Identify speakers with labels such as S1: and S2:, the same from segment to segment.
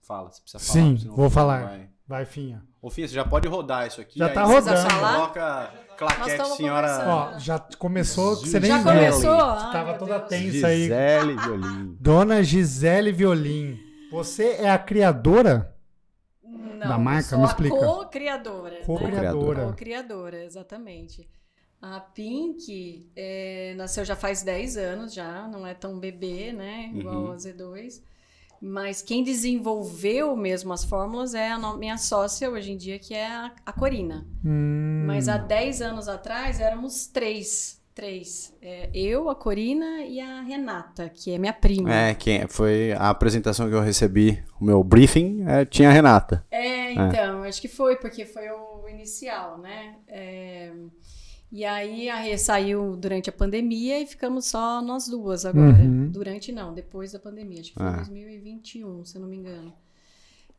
S1: Fala, você precisa falar.
S2: Sim,
S1: senão
S2: vou
S1: o Finha
S2: falar.
S1: vai-
S2: Vai, Finha.
S1: Ô, Finha, você já pode rodar isso aqui.
S2: Já
S1: aí
S2: tá
S1: você
S2: rodando.
S1: Coloca
S3: Nós
S1: claquete,
S3: estamos
S1: senhora...
S3: conversando.
S2: Ó, já começou que você nem
S3: Já
S2: viu.
S3: começou? Ah, Ai,
S2: Tava
S3: meu
S2: toda
S3: Deus.
S2: tensa aí.
S4: Gisele Violim.
S2: Dona Gisele Violim. Você é a criadora?
S3: Não,
S2: Da marca,
S3: sou
S2: me
S3: a
S2: explica.
S3: Co-criadora. né?
S2: Co-criadora.
S3: Co-criadora, exatamente. A Pink eh, nasceu já faz 10 anos, já não é tão bebê, né? Igual
S1: Uhum.
S3: a Z2. Mas quem desenvolveu mesmo as fórmulas é a no- minha sócia hoje em dia, que é a, a Corina.
S2: Hum,
S3: Mas há 10 anos atrás éramos três. Três. Eh, eu, a Corina e a Renata, que é minha prima.
S1: É, quem, foi a apresentação que eu recebi, o meu briefing, é, tinha a Renata.
S3: É, então, acho que foi, porque foi o inicial, né? É, E aí a Rê saiu durante a pandemia e ficamos só nós duas agora.
S2: Uhum.
S3: Durante não, depois da pandemia, acho que foi
S1: Ah.
S3: 2021, se eu não me engano.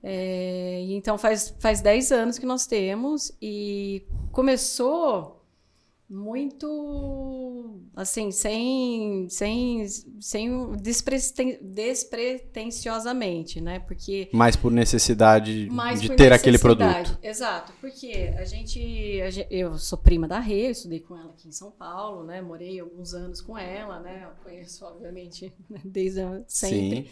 S3: É, e então faz, faz 10 anos que nós temos e começou muito assim, sem, sem, sem despreten- despretensiosamente, né? Porque
S1: Mas por necessidade
S3: mais
S1: de
S3: por
S1: ter aquele
S3: necessidade.
S1: produto.
S3: Exato, porque a gente, a gen- eu sou prima da Rê, eu estudei com ela aqui em São Paulo, né? Morei alguns anos com ela, né? Eu conheço, obviamente, né, desde a- sempre.
S1: Sim.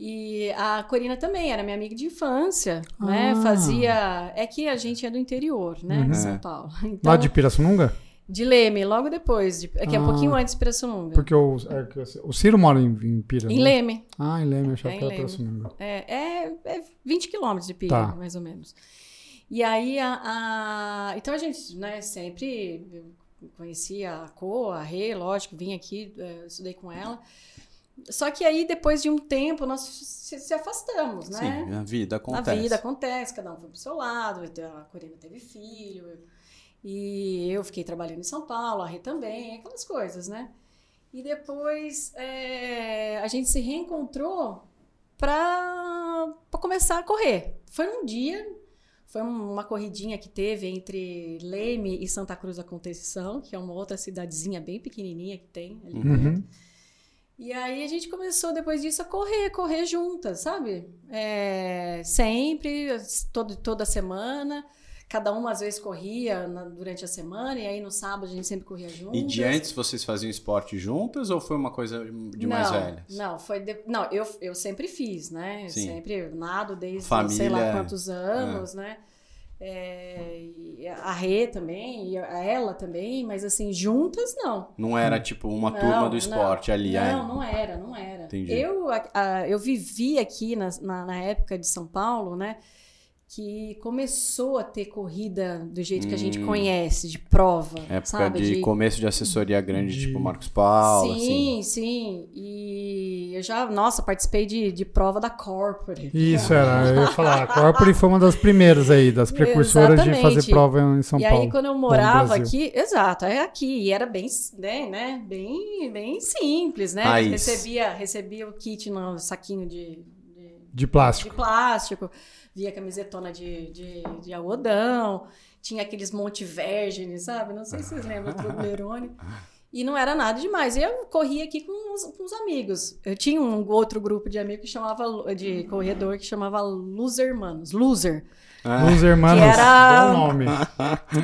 S3: E a Corina também era minha amiga de infância, né?
S2: Ah.
S3: Fazia, é que a gente é do interior, né,
S2: Uhum.
S3: de São Paulo. Então,
S2: Lá de Pirassununga?
S3: de Leme, logo depois, de, aqui é
S2: Ah.
S3: um pouquinho antes de Pirassununga.
S2: Porque o, é que o Ciro mora em, em Pira,
S3: Em
S2: né?
S3: Leme.
S2: Ah, em Leme, eu achava
S3: É, em
S2: que era
S3: Leme.
S2: Pirassununga.
S3: É, é, é 20 quilômetros de Pira,
S2: Tá.
S3: mais ou menos. E aí, a, a- então a gente, né, sempre eu conhecia a Co, a Rê, lógico, vim aqui, eh, estudei com ela. Só que aí, depois de um tempo, nós se, se afastamos, né?
S1: Sim, a vida acontece.
S3: A vida acontece, cada um foi pro seu lado, então a Corina teve filho, eu- e eu fiquei trabalhando em São Paulo, a Rê também, aquelas coisas, né? E depois é, a gente se reencontrou para começar a correr. Foi um dia, foi uma corridinha que teve entre Leme e Santa Cruz da Conceição, que é uma outra cidadezinha bem pequenininha que tem ali perto.
S2: Uhum.
S3: E aí a gente começou depois disso a correr, correr juntas, sabe? É, sempre, todo, toda semana. Cada uma às vezes corria na- durante a semana, e aí no sábado a gente sempre corria juntas.
S1: E de antes vocês faziam esporte juntas ou foi uma coisa de mais
S3: não,
S1: velhas?
S3: Não, foi de- não eu, eu sempre fiz, né? Eu
S1: Sim.
S3: Sempre nado desde sei
S1: Família-
S3: lá quantos anos, né? É, e a Rê também, e a ela também, mas assim, juntas não.
S1: Não era tipo uma
S3: Não,
S1: turma do
S3: não,
S1: esporte ali.
S3: Não,
S1: aí.
S3: não era, não era.
S1: é. Entendi.
S3: Eu, a- a- eu vivi aqui na, na, na época de São Paulo, né? Que começou a ter corrida do jeito que a gente
S1: Hum.
S3: conhece, de prova.
S1: Época
S3: sabe?
S1: de começo de assessoria grande,
S2: de-
S1: tipo Marcos Paulo, assim.
S3: Sim, sim. E eu já, nossa, participei de, de prova da Corporate.
S2: Isso, era, eu ia falar. A Corpore foi uma das primeiras aí, das precursoras de fazer
S3: Exatamente.
S2: prova em São
S3: e
S2: Paulo.
S3: aí, quando eu morava
S2: Brasil.
S3: aqui, exato, é aqui, e era bem, né, né, bem, bem simples, né?
S1: Raiz.
S3: Recebia, recebia o kit no saquinho de- de,
S2: De plástico.
S3: de plástico, via camisetona de, de, de algodão, tinha aqueles Monte Vergine, sabe? Não sei se vocês lembram do Toblerone. E não era nada demais. E eu corria aqui com uns, com uns amigos. Eu tinha um outro grupo de amigos que chamava, de corredor, que chamava Loser Hermanos. Loser.
S1: Ah,
S2: Os Hermanos,
S3: Que era- um-
S2: bom nome.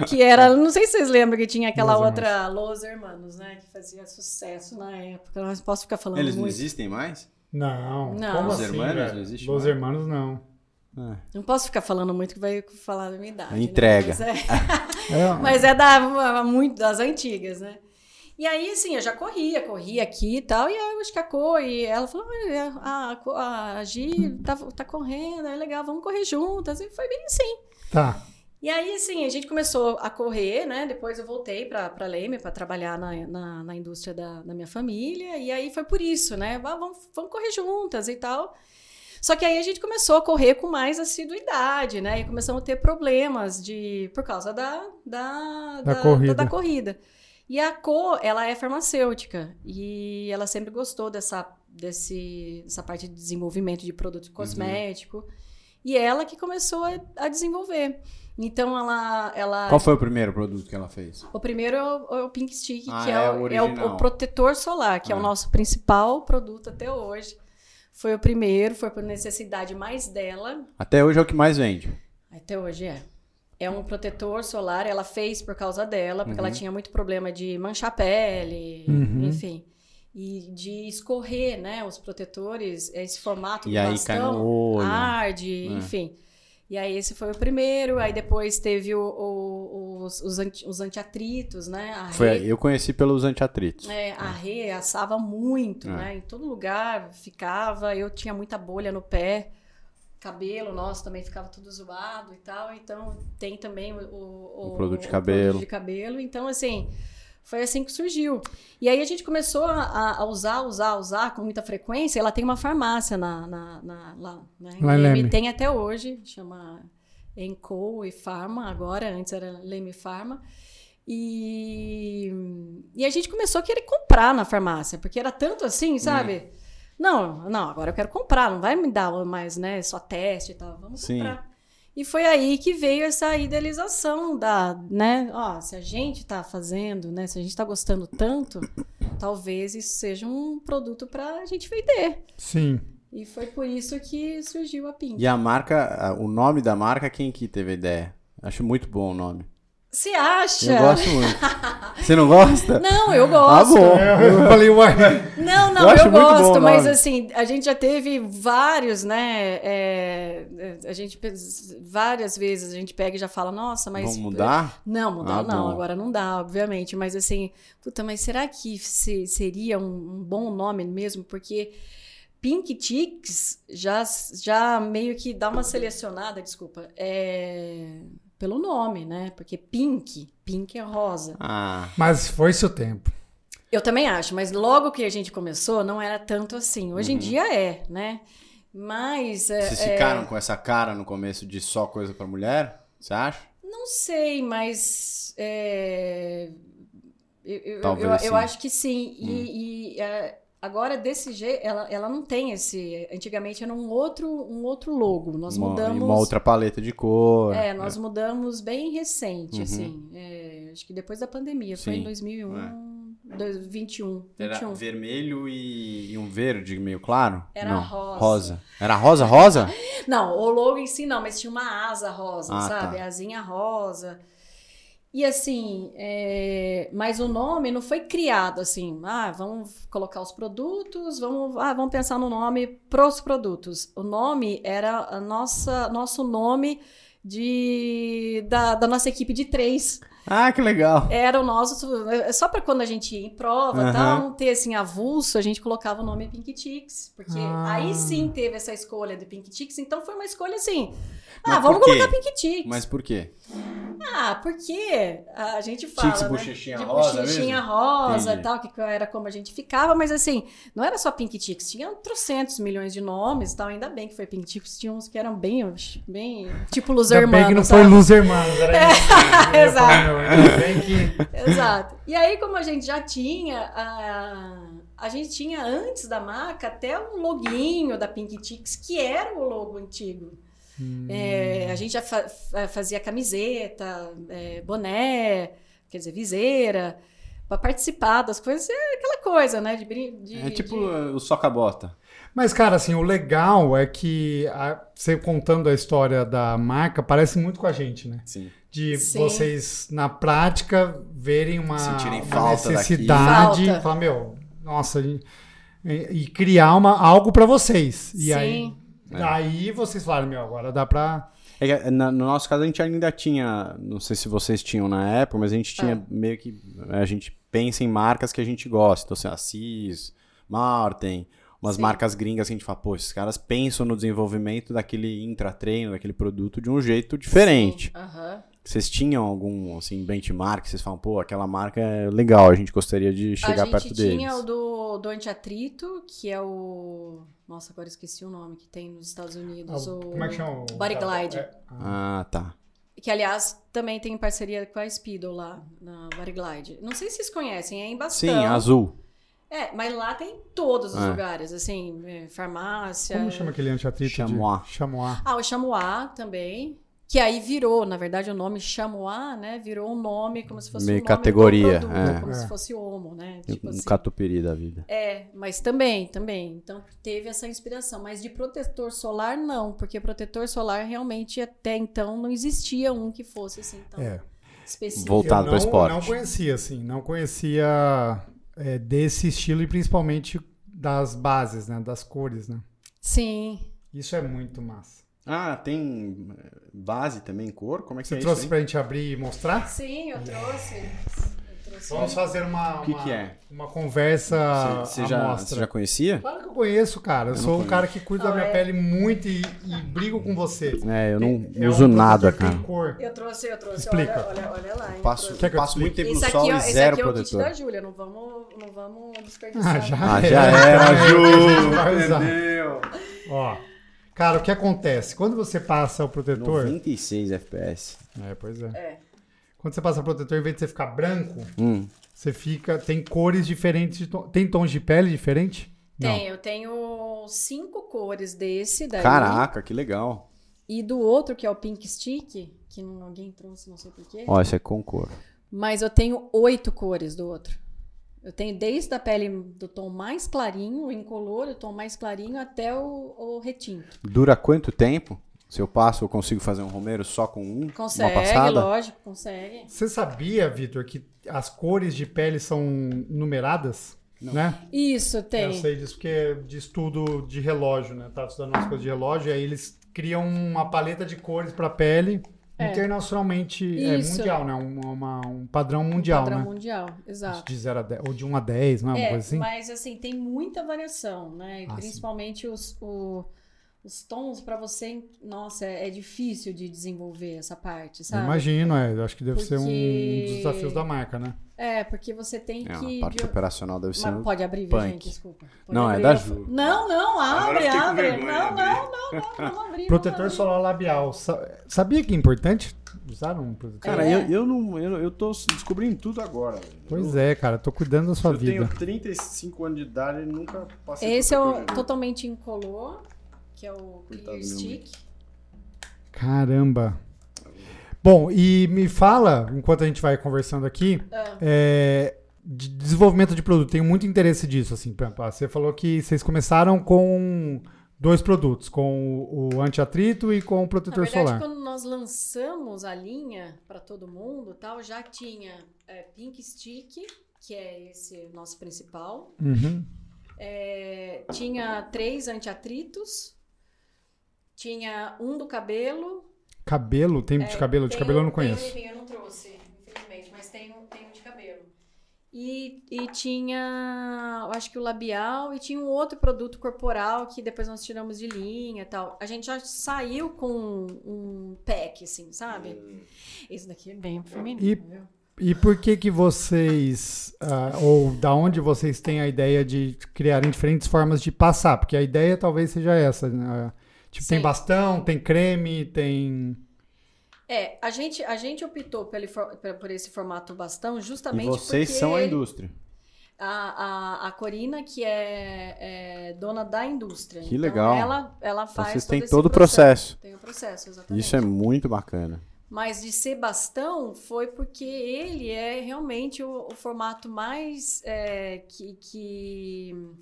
S3: Que era, não sei se vocês lembram que tinha aquela
S2: Los
S3: outra Los Hermanos, né? Que fazia sucesso na época. Eu não posso ficar falando
S1: eles não
S3: muito.
S1: existem mais?
S2: Não,
S3: Não.
S2: como
S3: Los
S2: assim,
S1: Hermanos
S2: velho?
S1: não existe
S2: Los
S1: mais.
S2: Hermanos não.
S1: Ah,
S3: Não posso ficar falando muito que vai falar da minha idade. né?
S1: Entrega.
S3: Mas é-
S2: É,
S3: Mas é da, muito das antigas, né? E aí, assim, eu já corria, corria aqui e tal, e aí eu escacou, e ela falou, olha, a, a, a Gi tá, tá correndo, é legal, vamos correr juntas, e foi bem assim.
S2: Tá.
S3: E aí, assim, a gente começou a correr, né, depois eu voltei pra, pra Leme, pra trabalhar na, na, na indústria da, da minha família, e aí foi por isso, né, "Ah, vamos, vamos correr juntas e tal. Só que aí a gente começou a correr com mais assiduidade, né? E começamos a ter problemas de por causa da da,
S2: Da corrida.
S3: da corrida. E a Co, ela é farmacêutica e ela sempre gostou dessa desse dessa parte de desenvolvimento de produto
S2: Uhum.
S3: cosmético. E ela que começou a, a desenvolver. Então ela ela
S1: Qual foi o primeiro produto que ela fez?
S3: o primeiro é o, é o Pink Stick,
S1: Ah,
S3: que é,
S1: é o
S3: o, é o-
S1: original.
S3: o protetor solar, que é
S1: Ah.
S3: o nosso principal produto até hoje. Foi o primeiro, foi por necessidade mais dela.
S1: Até hoje é o que mais vende.
S3: Até hoje é. É um protetor solar, ela fez por causa dela, porque
S1: Uhum.
S3: ela tinha muito problema de manchar a pele,
S2: Uhum.
S3: enfim. E de escorrer, né? Os protetores, esse formato
S1: E
S3: do
S1: aí
S3: bastão Ah,
S1: cai no olho.
S3: arde,
S1: É.
S3: enfim. E aí esse foi o primeiro, aí depois teve o- o- os, os, anti, os antiatritos, né? A
S1: Foi,
S3: re-
S1: eu conheci pelos antiatritos.
S3: é, a Rê assava muito,
S1: É.
S3: né? Em todo lugar ficava, eu tinha muita bolha no pé, cabelo nosso também ficava tudo zoado e tal. Então tem também o, o,
S1: O produto de cabelo.
S3: de cabelo. Então, assim, foi assim que surgiu. E aí a gente começou a, a usar, usar, usar com muita frequência. Ela tem uma farmácia na, na, na- lá, né?
S2: Lá em Leme.
S3: Tem até hoje, chama Enco e Pharma, agora, antes era Leme Pharma. E, e a gente começou a querer comprar na farmácia, porque era tanto
S1: Hum.
S3: assim, sabe? Não, não, agora eu quero comprar, não vai me dar mais, né, só teste e tal, vamos
S1: Sim.
S3: comprar. E foi aí que veio essa idealização da, né, ó, se a gente tá fazendo, né, se a gente tá gostando tanto, talvez isso seja um produto pra gente vender.
S2: Sim.
S3: E foi por isso que surgiu a Pink.
S1: E a marca, a- o nome da marca, quem que teve a ideia? Acho muito bom o nome.
S3: Você acha?
S1: Eu gosto muito. Você não gosta?
S3: Não, eu
S1: Ah,
S3: gosto.
S1: bom.
S2: Eu falei, uai.
S3: Não, não,
S1: Eu acho
S3: eu,
S1: muito bom o
S3: gosto,
S1: nome.
S3: mas assim, a gente já teve vários, né? é, é, a gente pe- várias vezes a gente pega e já fala, nossa, mas.
S1: Vamos mudar?
S3: Não, mudar
S1: Ah,
S3: não,
S1: bom.
S3: agora não dá, obviamente. Mas assim, puta, mas será que se- seria um, um bom nome mesmo? Porque Pink Ticks já, já meio que dá uma selecionada, desculpa, é, pelo nome, né? Porque Pink, Pink é rosa.
S1: Ah,
S2: Mas foi seu tempo.
S3: Eu também acho, mas logo que a gente começou, não era tanto assim. Hoje em
S1: Uhum.
S3: dia é, né? Mas é,
S1: vocês ficaram com essa cara no começo de só coisa pra mulher? Você acha?
S3: não sei, mas é, eu, eu-
S1: Talvez assim. Hum.
S3: eu-
S1: sim.
S3: eu acho que sim. E- E, é, agora desse jeito, ela, ela não tem esse. Antigamente era um outro, um outro logo. Nós
S1: uma, e
S3: mudamos.
S1: uma outra paleta de cor.
S3: É, nós mudamos bem recente,
S1: Uhum.
S3: assim. É, acho que depois da pandemia, foi
S1: Sim.
S3: em 2001,
S1: É.
S3: 2021.
S1: Era
S3: 21.
S1: vermelho e, e um verde meio claro?
S3: Era
S1: não,
S3: rosa.
S1: Era rosa, rosa?
S3: Não, o logo em si não, mas tinha uma asa rosa,
S1: Ah,
S3: sabe?
S1: tá.
S3: Asinha rosa. E assim, é, mas o nome não foi criado assim, ah, vamos colocar os produtos, vamos, ah, vamos pensar no nome pros produtos. O nome era a nossa, nosso nome de, da, da nossa equipe de três.
S1: Ah, que legal.
S3: Era o nosso, é só para quando a gente ia em prova
S1: Aham.
S3: e tal, não ter assim avulso, a gente colocava o nome Pink Chicks, porque
S2: Ah.
S3: aí sim teve essa escolha do Pink Chicks, então foi uma escolha assim,
S1: Mas
S3: ah, vamos
S1: por quê?
S3: colocar Pink Chicks.
S1: Mas por quê?
S3: Ah, porque a gente fala,
S1: Chicks e
S3: né,
S1: bochechinha
S3: de
S1: rosa
S3: bochechinha rosa
S1: Entendi.
S3: e tal, que era como a gente ficava, mas assim, não era só Pink Chicks, tinha trocentos milhões de nomes e tal, ainda bem que foi Pink Chicks, tinha uns que eram bem, bem tipo Los
S2: Ainda bem que não
S3: Hermanos,
S2: foi
S3: sabe?
S2: Luz Hermanos. Era isso. Eu ia falar,
S3: É, exato.
S2: meu, Ainda bem que.
S3: Exato. E aí, como a gente já tinha, a, a gente tinha antes da marca até um loginho da Pink Tix, que era o logo antigo.
S2: Hum.
S3: É, a gente já fa- fa- fazia camiseta, é, boné, quer dizer, viseira, para participar das coisas, é aquela coisa, né? De, brin- de-
S1: É tipo
S3: de-
S1: uh, o socabota.
S2: Mas, cara, assim, o legal é que a- você contando a história da marca parece muito com a gente, né?
S1: Sim.
S2: De
S3: Sim.
S2: vocês, na prática, verem uma,
S1: Sentirem
S2: uma
S1: falta daqui.
S2: necessidade.
S3: Falta.
S2: Falar, meu, nossa, e, e criar uma, algo pra vocês. E aí,
S3: Sim.
S1: É.
S2: aí vocês falaram, meu, agora dá pra.
S1: É que, na- no nosso caso, a gente ainda tinha, não sei se vocês tinham na época, mas a gente tinha
S3: Ah.
S1: meio que. A gente pensa em marcas que a gente gosta. Então, assim, Assis, Martin, umas
S3: Sim.
S1: marcas gringas que a gente fala, pô, esses caras pensam no desenvolvimento daquele intratreino, daquele produto de um jeito diferente.
S3: Aham.
S1: Vocês tinham algum, assim, benchmark? Vocês falam, pô, aquela marca é legal, a gente gostaria de chegar
S3: a gente
S1: perto
S3: tinha
S1: deles.
S3: o do, do antiatrito, que é o. Nossa, agora esqueci o nome que tem nos Estados Unidos. o...
S2: Como é que chama? o-
S3: Body Glide.
S2: É, ah,
S1: Ah, tá.
S3: Que, aliás, também tem parceria com a Speedo lá, na Bodyglide. Não sei se vocês conhecem, é em Bastão.
S1: Sim, azul.
S3: É, mas lá tem em todos os
S1: É.
S3: lugares, assim, é, farmácia...
S2: Como chama aquele antiatrito?
S1: Chamois.
S2: De... Chamois.
S3: Ah, o Chamois também. Que aí virou, na verdade, o nome chamoá, né? Virou um nome como se fosse
S1: Meio
S3: um nome
S1: categoria,
S3: do
S1: é.
S3: como
S2: É.
S3: se fosse homo, né? Tipo
S1: um
S3: assim.
S1: catupiry da vida.
S3: É, mas também, também. Então teve essa inspiração. Mas de protetor solar, não, porque protetor solar realmente até então não existia um que fosse assim tão
S2: É.
S3: específico.
S1: Vou- Voltado
S2: Eu
S1: pra
S2: não-
S1: esporte.
S2: Não conhecia, assim, não conhecia é, desse estilo e principalmente das bases, né? Das cores, né?
S3: Sim.
S2: Isso é muito massa.
S1: Ah, tem eh, base também, cor? Como é que
S2: Você
S1: é
S2: trouxe
S1: isso, hein?
S2: pra gente abrir e mostrar?
S3: Sim, eu trouxe. Eu trouxe.
S2: Vamos fazer uma,
S1: O que
S2: uma,
S1: que é?
S2: uma conversa
S1: Você- Você
S2: à
S1: já,
S2: mostra.
S1: você já conhecia?
S2: Claro que eu conheço, cara. Eu,
S1: Eu não
S2: sou um
S1: conheço.
S2: cara que cuida da minha pele muito e, e brigo com você.
S1: É, eu não
S2: É um
S1: uso
S2: protetor
S1: nada,
S2: que
S1: cara.
S2: Tem cor.
S3: Eu trouxe, eu trouxe.
S2: Explica.
S3: Olha, olha, olha lá. hein,
S1: Passo,
S3: eu
S2: Quer que eu
S1: passo muito tempo no
S3: Esse aqui,
S1: sol
S3: ó,
S1: e
S3: esse
S1: zero
S3: aqui é o kit da
S1: protetor.
S3: Júlia, não vamos, não vamos desperdiçar.
S2: Ah, já
S1: Ah,
S2: era.
S1: já era, Ju!
S2: Vai usar.
S1: Entendeu?
S2: Ó, cara, o que acontece? Quando você passa o protetor...
S1: 96 FPS.
S2: É, pois é.
S3: É.
S2: Quando você passa o protetor, em vez de você ficar branco,
S1: Hum.
S2: você fica... Tem cores diferentes, de tom- tem tons de pele diferente?
S3: Tem, eu tenho cinco cores desse daí.
S1: Caraca, que legal.
S3: E do outro, que é o Pink Stick, que não- alguém trouxe, não sei porquê.
S1: Ó, esse é com cor.
S3: Mas eu tenho oito cores do outro. Eu tenho desde a pele do tom mais clarinho, o incolor, o tom mais clarinho, até o, o retinto.
S1: Dura quanto tempo? Se eu passo, eu consigo fazer um Romero só com um? uma
S3: Consegue,
S1: passada?
S3: lógico, consegue.
S2: Você sabia, Vitor, que as cores de pele são numeradas? Né?
S3: Isso,
S2: Eu
S3: tem.
S2: sei disso porque é de estudo de relógio, né? Tava estudando umas coisas de relógio, e aí eles criam uma paleta de cores pra pele
S3: É.
S2: internacionalmente, é
S3: Isso.
S2: mundial, né? Um, uma- um padrão
S3: Um
S2: mundial,
S3: padrão
S2: né?
S3: mundial, exato.
S2: De 0 a 10, ou de 1 a 10, não é? Uma
S3: É,
S2: coisa assim?
S3: mas assim, tem muita variação, né?
S2: Ah,
S3: Principalmente os, o- os tons pra você. Nossa, é, é difícil de desenvolver essa parte,
S2: Eu
S3: sabe?
S2: Imagino, é. Acho que deve ser um
S3: Porque-
S2: dos desafios da marca, né?
S3: É, porque você tem
S1: É,
S3: que.
S1: a parte
S3: de-
S1: operacional deve ser.
S3: Mas pode abrir, viu,
S1: punk.
S3: gente? Desculpa. Pode
S1: Não, é
S3: abrir.
S1: da
S3: Eu-
S1: Ju.
S3: Não, não,
S1: Agora eu
S3: abre,
S1: fiquei com
S3: abre.
S1: vergonha
S3: Não,
S1: de
S3: não, não, não, não, abri. não
S2: Protetor
S3: abri.
S2: solar labial. Sa- Sabia que é importante usar um protetor?
S1: Cara,
S3: É.
S1: eu, eu não. Eu, eu tô descobrindo tudo agora.
S2: Pois
S1: eu,
S2: é, cara. Tô cuidando da sua
S1: eu
S2: vida.
S1: tenho 35 anos de idade e nunca passei
S3: Esse é
S1: por
S3: o
S1: protetor de luz.
S3: totalmente incolor, que é o
S1: Coitado
S3: Clear
S1: do meu
S3: Stick.
S2: Caramba. Bom, e me fala, enquanto a gente vai conversando aqui,
S3: Ah,
S2: é, de desenvolvimento de produto. Tenho muito interesse disso, assim. Por exemplo, ah, você falou que vocês começaram com dois produtos, com o o antiatrito e com o
S3: Na
S2: protetor
S3: verdade,
S2: solar.
S3: quando nós lançamos a linha para todo mundo, e tal, já tinha é, Pink Stick, que é esse nosso principal.
S2: Uhum.
S3: É, tinha três antiatritos. Tinha um do cabelo,
S2: Cabelo? Tem de cabelo? De
S3: Tem
S2: cabelo eu
S3: um-
S2: não
S3: tem um
S2: conheço.
S3: de mim, eu não trouxe, infelizmente, mas tem um, tem um de cabelo. E, e tinha, eu acho que o labial, e tinha um outro produto corporal que depois nós tiramos de linha e tal. A gente já saiu com um pack, assim, sabe? Esse daqui é bem feminino,
S2: E-
S3: viu?
S2: E por que que vocês, ah, ou da onde vocês têm a ideia de criarem diferentes formas de passar? Porque a ideia talvez seja essa, né? Tipo, tem
S3: Sim.
S2: bastão, tem creme, tem...
S3: É, a gente, a gente optou pelo for- por, esse formato bastão justamente
S1: E vocês
S3: porque
S1: são a
S3: ele-
S1: indústria.
S3: a, a, a Corina, que é, é dona da indústria.
S1: Que
S3: Então,
S1: legal.
S3: Ela, ela
S1: Então
S3: faz
S1: vocês
S3: todo
S1: têm
S3: esse
S1: todo o processo.
S3: Tem o processo, exatamente.
S1: Isso é muito bacana.
S3: Mas de Sebastião foi porque ele é realmente o, o formato mais é, que, que,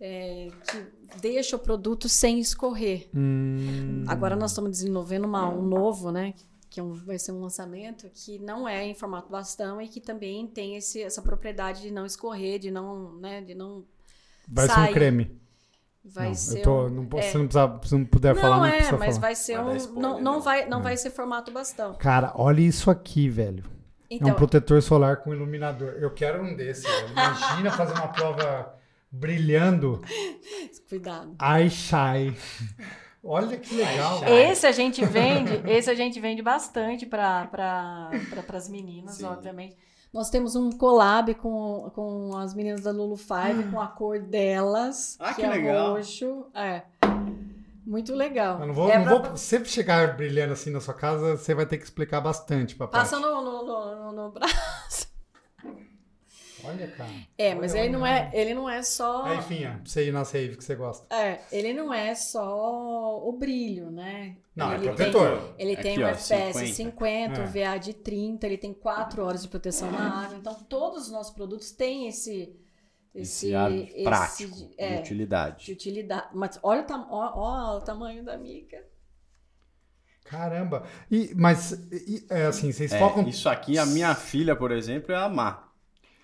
S3: é, que deixa o produto sem escorrer.
S2: Hum,
S3: Agora nós estamos desenvolvendo uma- um novo, né? Que é um- vai ser um lançamento que não é em formato bastão e que também tem esse- essa propriedade de não escorrer, de não, né, de não
S2: vai ser um
S3: sai.
S2: creme.
S3: vai
S2: não,
S3: ser
S2: eu tô,
S3: um-
S2: não, po-
S3: é.
S2: se, não precisa, se não puder
S3: não
S2: falar, não
S3: é,
S2: precisa
S3: mas
S2: falar.
S3: vai ser
S1: Vai dar
S3: um
S1: spoiler,
S3: não, não
S1: não.
S3: vai
S2: Hum.
S3: não vai ser formato bastão.
S2: Cara, olha isso aqui, velho.
S3: Então,
S2: é um protetor solar com iluminador. Eu quero um desse, velho. Imagina fazer uma prova brilhando.
S3: cuidado.
S2: Ai, Shai. Olha que legal. velho.
S3: Esse a gente vende, esse a gente vende bastante para pra, pra, as meninas,
S1: Sim.
S3: obviamente. Nós temos um collab com, com as meninas da Lulu Five,
S2: Ah.
S3: com a cor delas,
S1: Ah, que
S3: é
S1: legal.
S3: roxo. É. Muito legal.
S2: Eu não vou,
S3: É
S2: não
S3: pra-
S2: vou- se você chegar brilhando assim na sua casa, você vai ter que explicar bastante pra
S3: Passa
S2: Paty.
S3: no, no, no, no- no braço.
S2: Olha, cara.
S3: É, mas
S2: Olha,
S3: ele não
S2: olha.
S3: é, ele não é só.
S2: Aí, enfim, é, pra você ir nas rave que você gosta.
S3: É, ele não é só o brilho, né?
S2: Não,
S3: ele
S2: é protetor.
S3: Tem, ele tem
S1: Aqui,
S3: um
S1: ó,
S3: FPS 50,
S1: 50.
S2: É.
S3: um VA de 30, ele tem 4 horas de proteção na água. Então, todos os nossos produtos têm esse.
S1: Esse,
S3: Esse,
S1: ar
S3: esse-
S1: prático, de
S3: é, de
S1: utilidade.
S3: utilidade. Mas olha o, tam- ó- ó o tamanho da mica.
S2: Caramba. E, mas, e- é assim, vocês
S1: É,
S2: focam.
S1: isso aqui, a minha filha, por exemplo, é amar.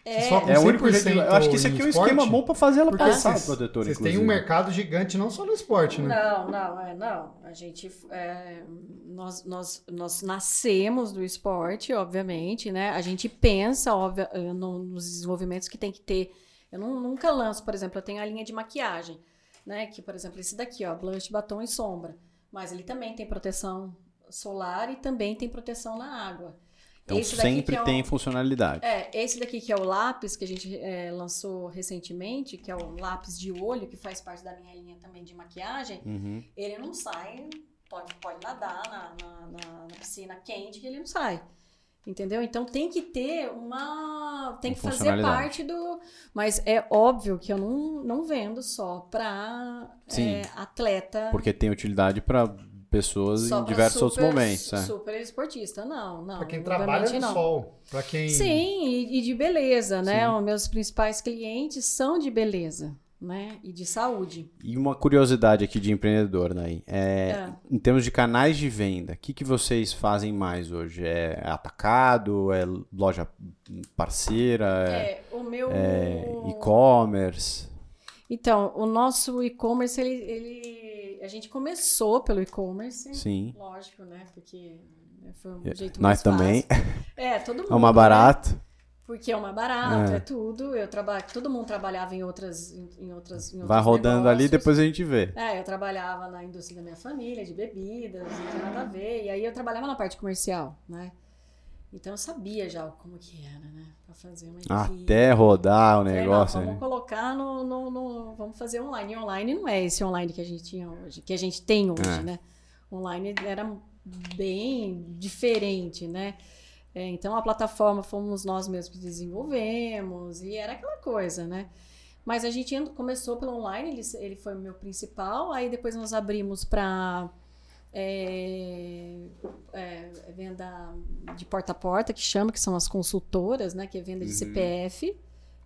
S2: Vocês
S3: É,
S2: focam
S1: É o único
S2: 100%
S1: jeito. Eu acho que isso
S2: em
S1: aqui é um
S2: esporte?
S1: esquema bom pra fazer ela
S2: Porque
S1: passar
S2: vocês-
S1: o protetor,
S2: Vocês
S1: inclusive.
S2: têm um mercado gigante não só no esporte, né?
S3: Não, não, é, não. A gente, é, nós, nós, nós nascemos do esporte, obviamente, né? A gente pensa, óbvio, nos desenvolvimentos que tem que ter. Eu não- nunca lanço, por exemplo, eu tenho a linha de maquiagem, né? Que, por exemplo, esse daqui, ó, blush, batom e sombra. Mas ele também tem proteção solar e também tem proteção na água.
S1: Então
S3: Esse daqui
S1: sempre
S3: que é o-
S1: tem funcionalidade.
S3: É, esse daqui que é o lápis que a gente é, lançou recentemente, que é o lápis de olho, que faz parte da minha linha também de maquiagem
S1: Uhum.
S3: ele não sai, pode, pode nadar na, na- na- na piscina quente que ele não sai. Entendeu? Então tem que ter uma. Tem
S1: Uma
S3: que fazer
S1: funcionalidade.
S3: parte do. Mas é óbvio que eu não, não vendo só para
S1: Sim.
S3: atleta.
S1: Porque tem utilidade pra pessoas
S3: só
S1: em
S3: pra
S1: diversos outros
S3: super-
S1: momentos. é.
S3: Super esportista, não, não.
S2: Pra quem
S3: obviamente
S2: trabalha no
S3: não.
S2: sol. Pra quem.
S3: Sim, e, e de beleza, né?
S1: Sim.
S3: Os meus principais clientes são de beleza, né? E de saúde.
S1: E uma curiosidade aqui de empreendedor, Nay. É,
S3: É.
S1: Em termos de canais de venda, o que, que vocês fazem mais hoje? É atacado? É loja parceira? É,
S3: É, o meu.
S1: é e-commerce?
S3: Então, o nosso e-commerce, ele, ele- a gente começou pelo e-commerce,
S1: Sim. É,
S3: lógico, né? Porque né, foi um
S1: Nós
S3: jeito mais
S1: também.
S3: fácil. É, todo mundo.
S1: É uma
S3: né?
S1: barato.
S3: Porque é uma barata,
S1: É.
S3: é, tudo. Eu trabalho, todo mundo trabalhava em outras, em, em outras. Em
S1: Vai
S3: outros
S1: rodando ali,
S3: negócios.
S1: depois a gente vê.
S3: É, eu trabalhava na indústria da minha família, de bebidas, não tinha nada a ver. E aí eu trabalhava na parte comercial, né? Então eu sabia já como que era, né? Pra fazer uma equipe.
S1: Ah, Até rodar o
S3: Falei,
S1: negócio.
S3: não, vamos
S1: né?
S3: colocar no, no- no- Vamos fazer online. E online não é esse online que a gente tinha hoje, que a gente tem hoje,
S1: É.
S3: né? Online era bem diferente, né? É, então a plataforma fomos nós mesmos que desenvolvemos e era aquela coisa, né? Mas a gente en- começou pelo online, ele, se- ele foi o meu principal, aí depois nós abrimos para é, venda de porta a porta, que chama, que são as consultoras, né? Que é venda de
S1: Uhum.
S3: CPF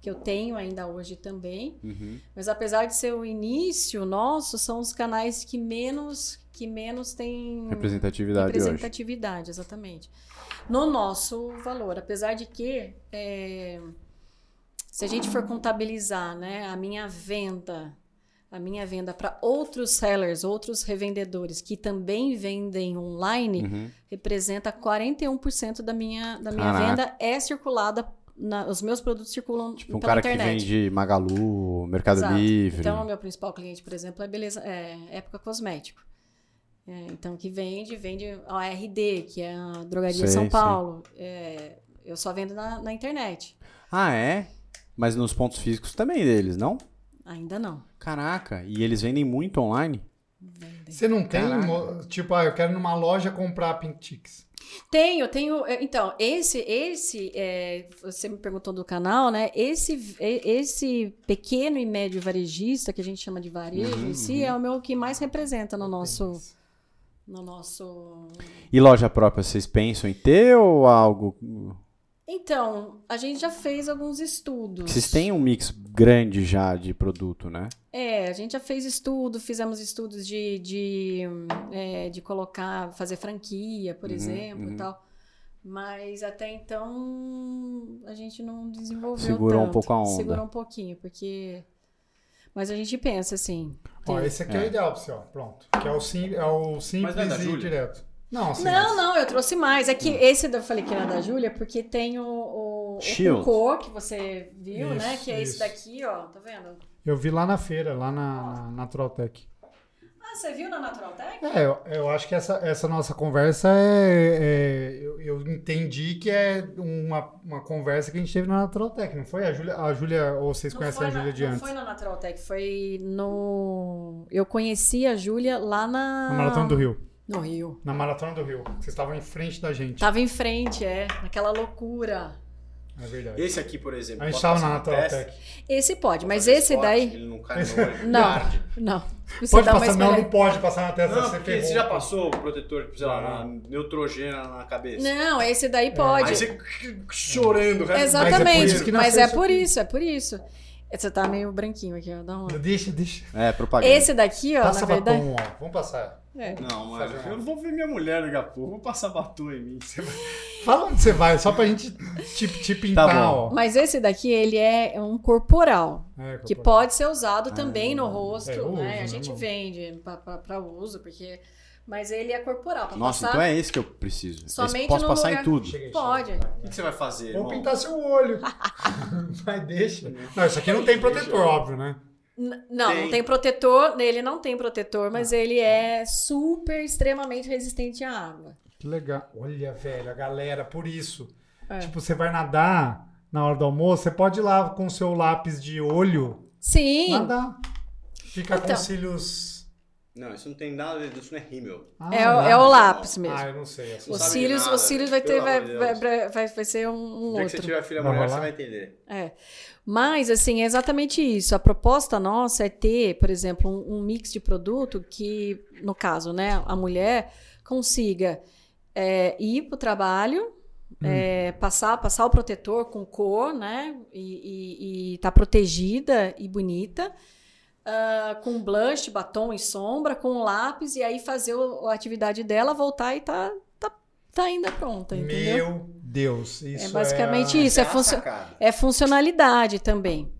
S3: que eu tenho ainda hoje também.
S1: Uhum.
S3: Mas apesar de ser o início nosso, são os canais que menos que menos têm
S1: Representatividade hoje.
S3: representatividade, exatamente. No nosso valor, apesar de que é, se a gente for contabilizar, né, a minha venda, a minha venda para outros sellers, outros revendedores que também vendem online,
S1: Uhum.
S3: representa 41% da minha, da minha
S1: Caraca.
S3: venda é circulada. na- os meus produtos circulam
S1: Tipo um
S3: pela
S1: cara que
S3: Então, internet.
S1: vende Magalu, Mercado
S3: Exato.
S1: Livre.
S3: Então, o meu principal cliente, por exemplo, é beleza, é época cosmético. É, então, que vende, vende a RD, que é a drogaria de
S1: Sei,
S3: São
S1: sei.
S3: Paulo. É, eu só vendo na, na internet.
S1: Ah, é? Mas nos pontos físicos também deles, não?
S3: Ainda não.
S1: Caraca, e eles vendem muito online?
S3: Vendem.
S2: Você não tem,
S1: Caraca.
S2: mo- tipo, ah, eu quero numa loja comprar Pintix.
S3: Tenho, tenho. é, Então, esse, esse, é, você me perguntou do canal, né? Esse, e- esse pequeno e médio varejista que a gente chama de varejo
S1: Uhum,
S3: em si é o meu que mais representa no nosso, no nosso.
S1: E loja própria, vocês pensam em ter ou algo?
S3: Então, a gente já fez alguns estudos.
S1: Vocês têm um mix grande já de produto, né?
S3: É, a gente já fez estudo, fizemos estudos de, de, hum, é, de colocar, fazer franquia, por
S1: Uhum,
S3: exemplo,
S1: uhum.
S3: e tal. Mas até então a gente não desenvolveu
S1: Segurou um
S3: tanto.
S1: pouco a onda.
S3: Segurou um pouquinho, porque... Mas a gente pensa assim...
S2: Ó,
S3: tem-
S2: esse aqui é. o ideal pra você, ó. Pronto. Que é o, sim, é o simples
S1: Mas não é da
S2: e
S1: Júlia?
S2: direto. Não, assim,
S3: Não, não, eu trouxe mais. É que
S1: Hum.
S3: esse eu falei que era da Júlia, porque tem o, o,
S1: Shield.
S3: o cocô que você viu, né?
S2: Isso,
S3: Que é esse
S2: isso.
S3: daqui, ó. Tá vendo?
S2: Eu vi lá na feira, lá na, na Natural Tech.
S3: Ah, você viu na Natural Tech?
S2: É, eu, eu acho que essa, essa nossa conversa é. é- eu, eu entendi que é uma, uma conversa que a gente teve na Natural Tech, não foi? A Júlia, a Júlia ou vocês conhecem
S3: foi
S2: a Júlia
S3: na,
S2: de
S3: não
S2: antes?
S3: foi na Natural Tech, foi no. Eu conheci a Júlia lá na.
S2: Na Maratona do Rio.
S3: No Rio. Tá.
S2: Na Maratona do Rio. Vocês estavam em frente da gente.
S3: Tava em frente, é. Naquela loucura.
S2: É. É verdade.
S1: Esse aqui, por exemplo.
S2: a gente
S1: posso
S2: estava
S1: passar
S2: na
S1: no
S2: Natal
S1: teste?
S2: Tech.
S3: Esse pode,
S1: Posso
S3: mas
S1: fazer
S3: esse
S1: esporte,
S3: daí.
S1: Ele não cai no olho,
S3: Não.
S1: arde.
S3: Não. Você tá
S2: Pode
S3: dá
S2: passar,
S3: uma
S2: não,
S3: espalhada.
S2: não pode passar na testa.
S1: Não,
S2: você
S1: porque você
S2: ferrou.
S1: já passou o protetor, tipo, sei lá,
S2: Não.
S1: na- neutrogena na cabeça.
S3: Não, esse daí
S1: Aí
S3: pode.
S1: você chorando, cara.
S2: Mas
S3: Exatamente.
S2: é por isso que
S3: Mas
S2: nasceu
S3: é
S2: isso
S3: por
S2: aqui.
S3: isso, é por isso. Você tá meio branquinho aqui, ó. Dá uma.
S2: Deixa, deixa.
S1: É, propaganda.
S3: Esse daqui, ó,
S2: Passa
S3: na verdade.
S2: batom, ó. Vamos passar.
S3: É.
S1: Não, mano, eu vou ver minha mulher daqui a pouco, vou passar batom em mim.
S2: Fala onde você vai, só pra gente te, te pintar,
S1: Tá bom.
S2: ó.
S3: Mas esse daqui, ele é um corporal.
S2: É,
S3: Que
S2: corporal.
S3: pode ser usado
S1: Ah,
S3: também no rosto,
S2: É, eu uso,
S3: né?
S2: né,
S3: A gente
S2: mano?
S3: vende para uso, porque. Mas ele é corporal, pra
S1: Nossa,
S3: passar.
S1: então é esse que eu preciso. Esse
S3: Somente
S1: posso
S3: no
S1: passar
S3: lugar-
S1: em tudo.
S2: Chega aí,
S3: Pode.
S2: chega aí,
S1: O
S2: vai.
S1: que você vai fazer,
S2: Vou
S1: irmão?
S2: pintar seu olho. Mas deixa. Não, isso aqui não tem protetor, óbvio, né?
S3: N- Não,
S1: Tem. Ah, tá.
S3: não tem protetor. Ele não tem protetor, mas ele é super, extremamente resistente à água.
S2: Que legal. Olha, velho, a galera, por isso.
S3: É.
S2: Tipo, você vai nadar na hora do almoço, você pode ir lá com o seu lápis de olho
S3: Sim.
S2: nadar. Fica com
S3: Então.
S2: cílios.
S1: Não, isso não tem nada, a ver, isso não é rímel.
S2: Ah,
S3: É, o-
S2: nada.
S3: é o lápis mesmo.
S2: Ah, eu não sei. essa-
S1: não
S3: os,
S1: sabe de
S3: cílios,
S1: nada,
S3: os cílios vai ter,
S1: pelo
S3: vai,
S1: amor de
S3: vai,
S1: Deus.
S3: vai, vai ser um,
S1: O
S3: um
S1: dia que você
S3: outro.
S1: tiver filha
S2: Vai
S1: mulher,
S2: rolar?
S1: você vai entender.
S3: É. Mas, assim, é exatamente isso. A proposta nossa é ter, por exemplo, um, um mix de produto que, no caso, né, a mulher consiga é, ir para o trabalho,
S2: Hum.
S3: é, passar, passar o protetor com cor, né? E estar protegida e bonita. ah, com blush, batom e sombra, com lápis, e aí fazer o- a atividade dela, voltar e tá, tá, tá ainda pronta, entendeu?
S2: Meu Deus. Isso
S3: é basicamente
S2: a-
S3: isso. É,
S1: uma
S3: funcio-
S1: sacada.
S3: é funcionalidade também,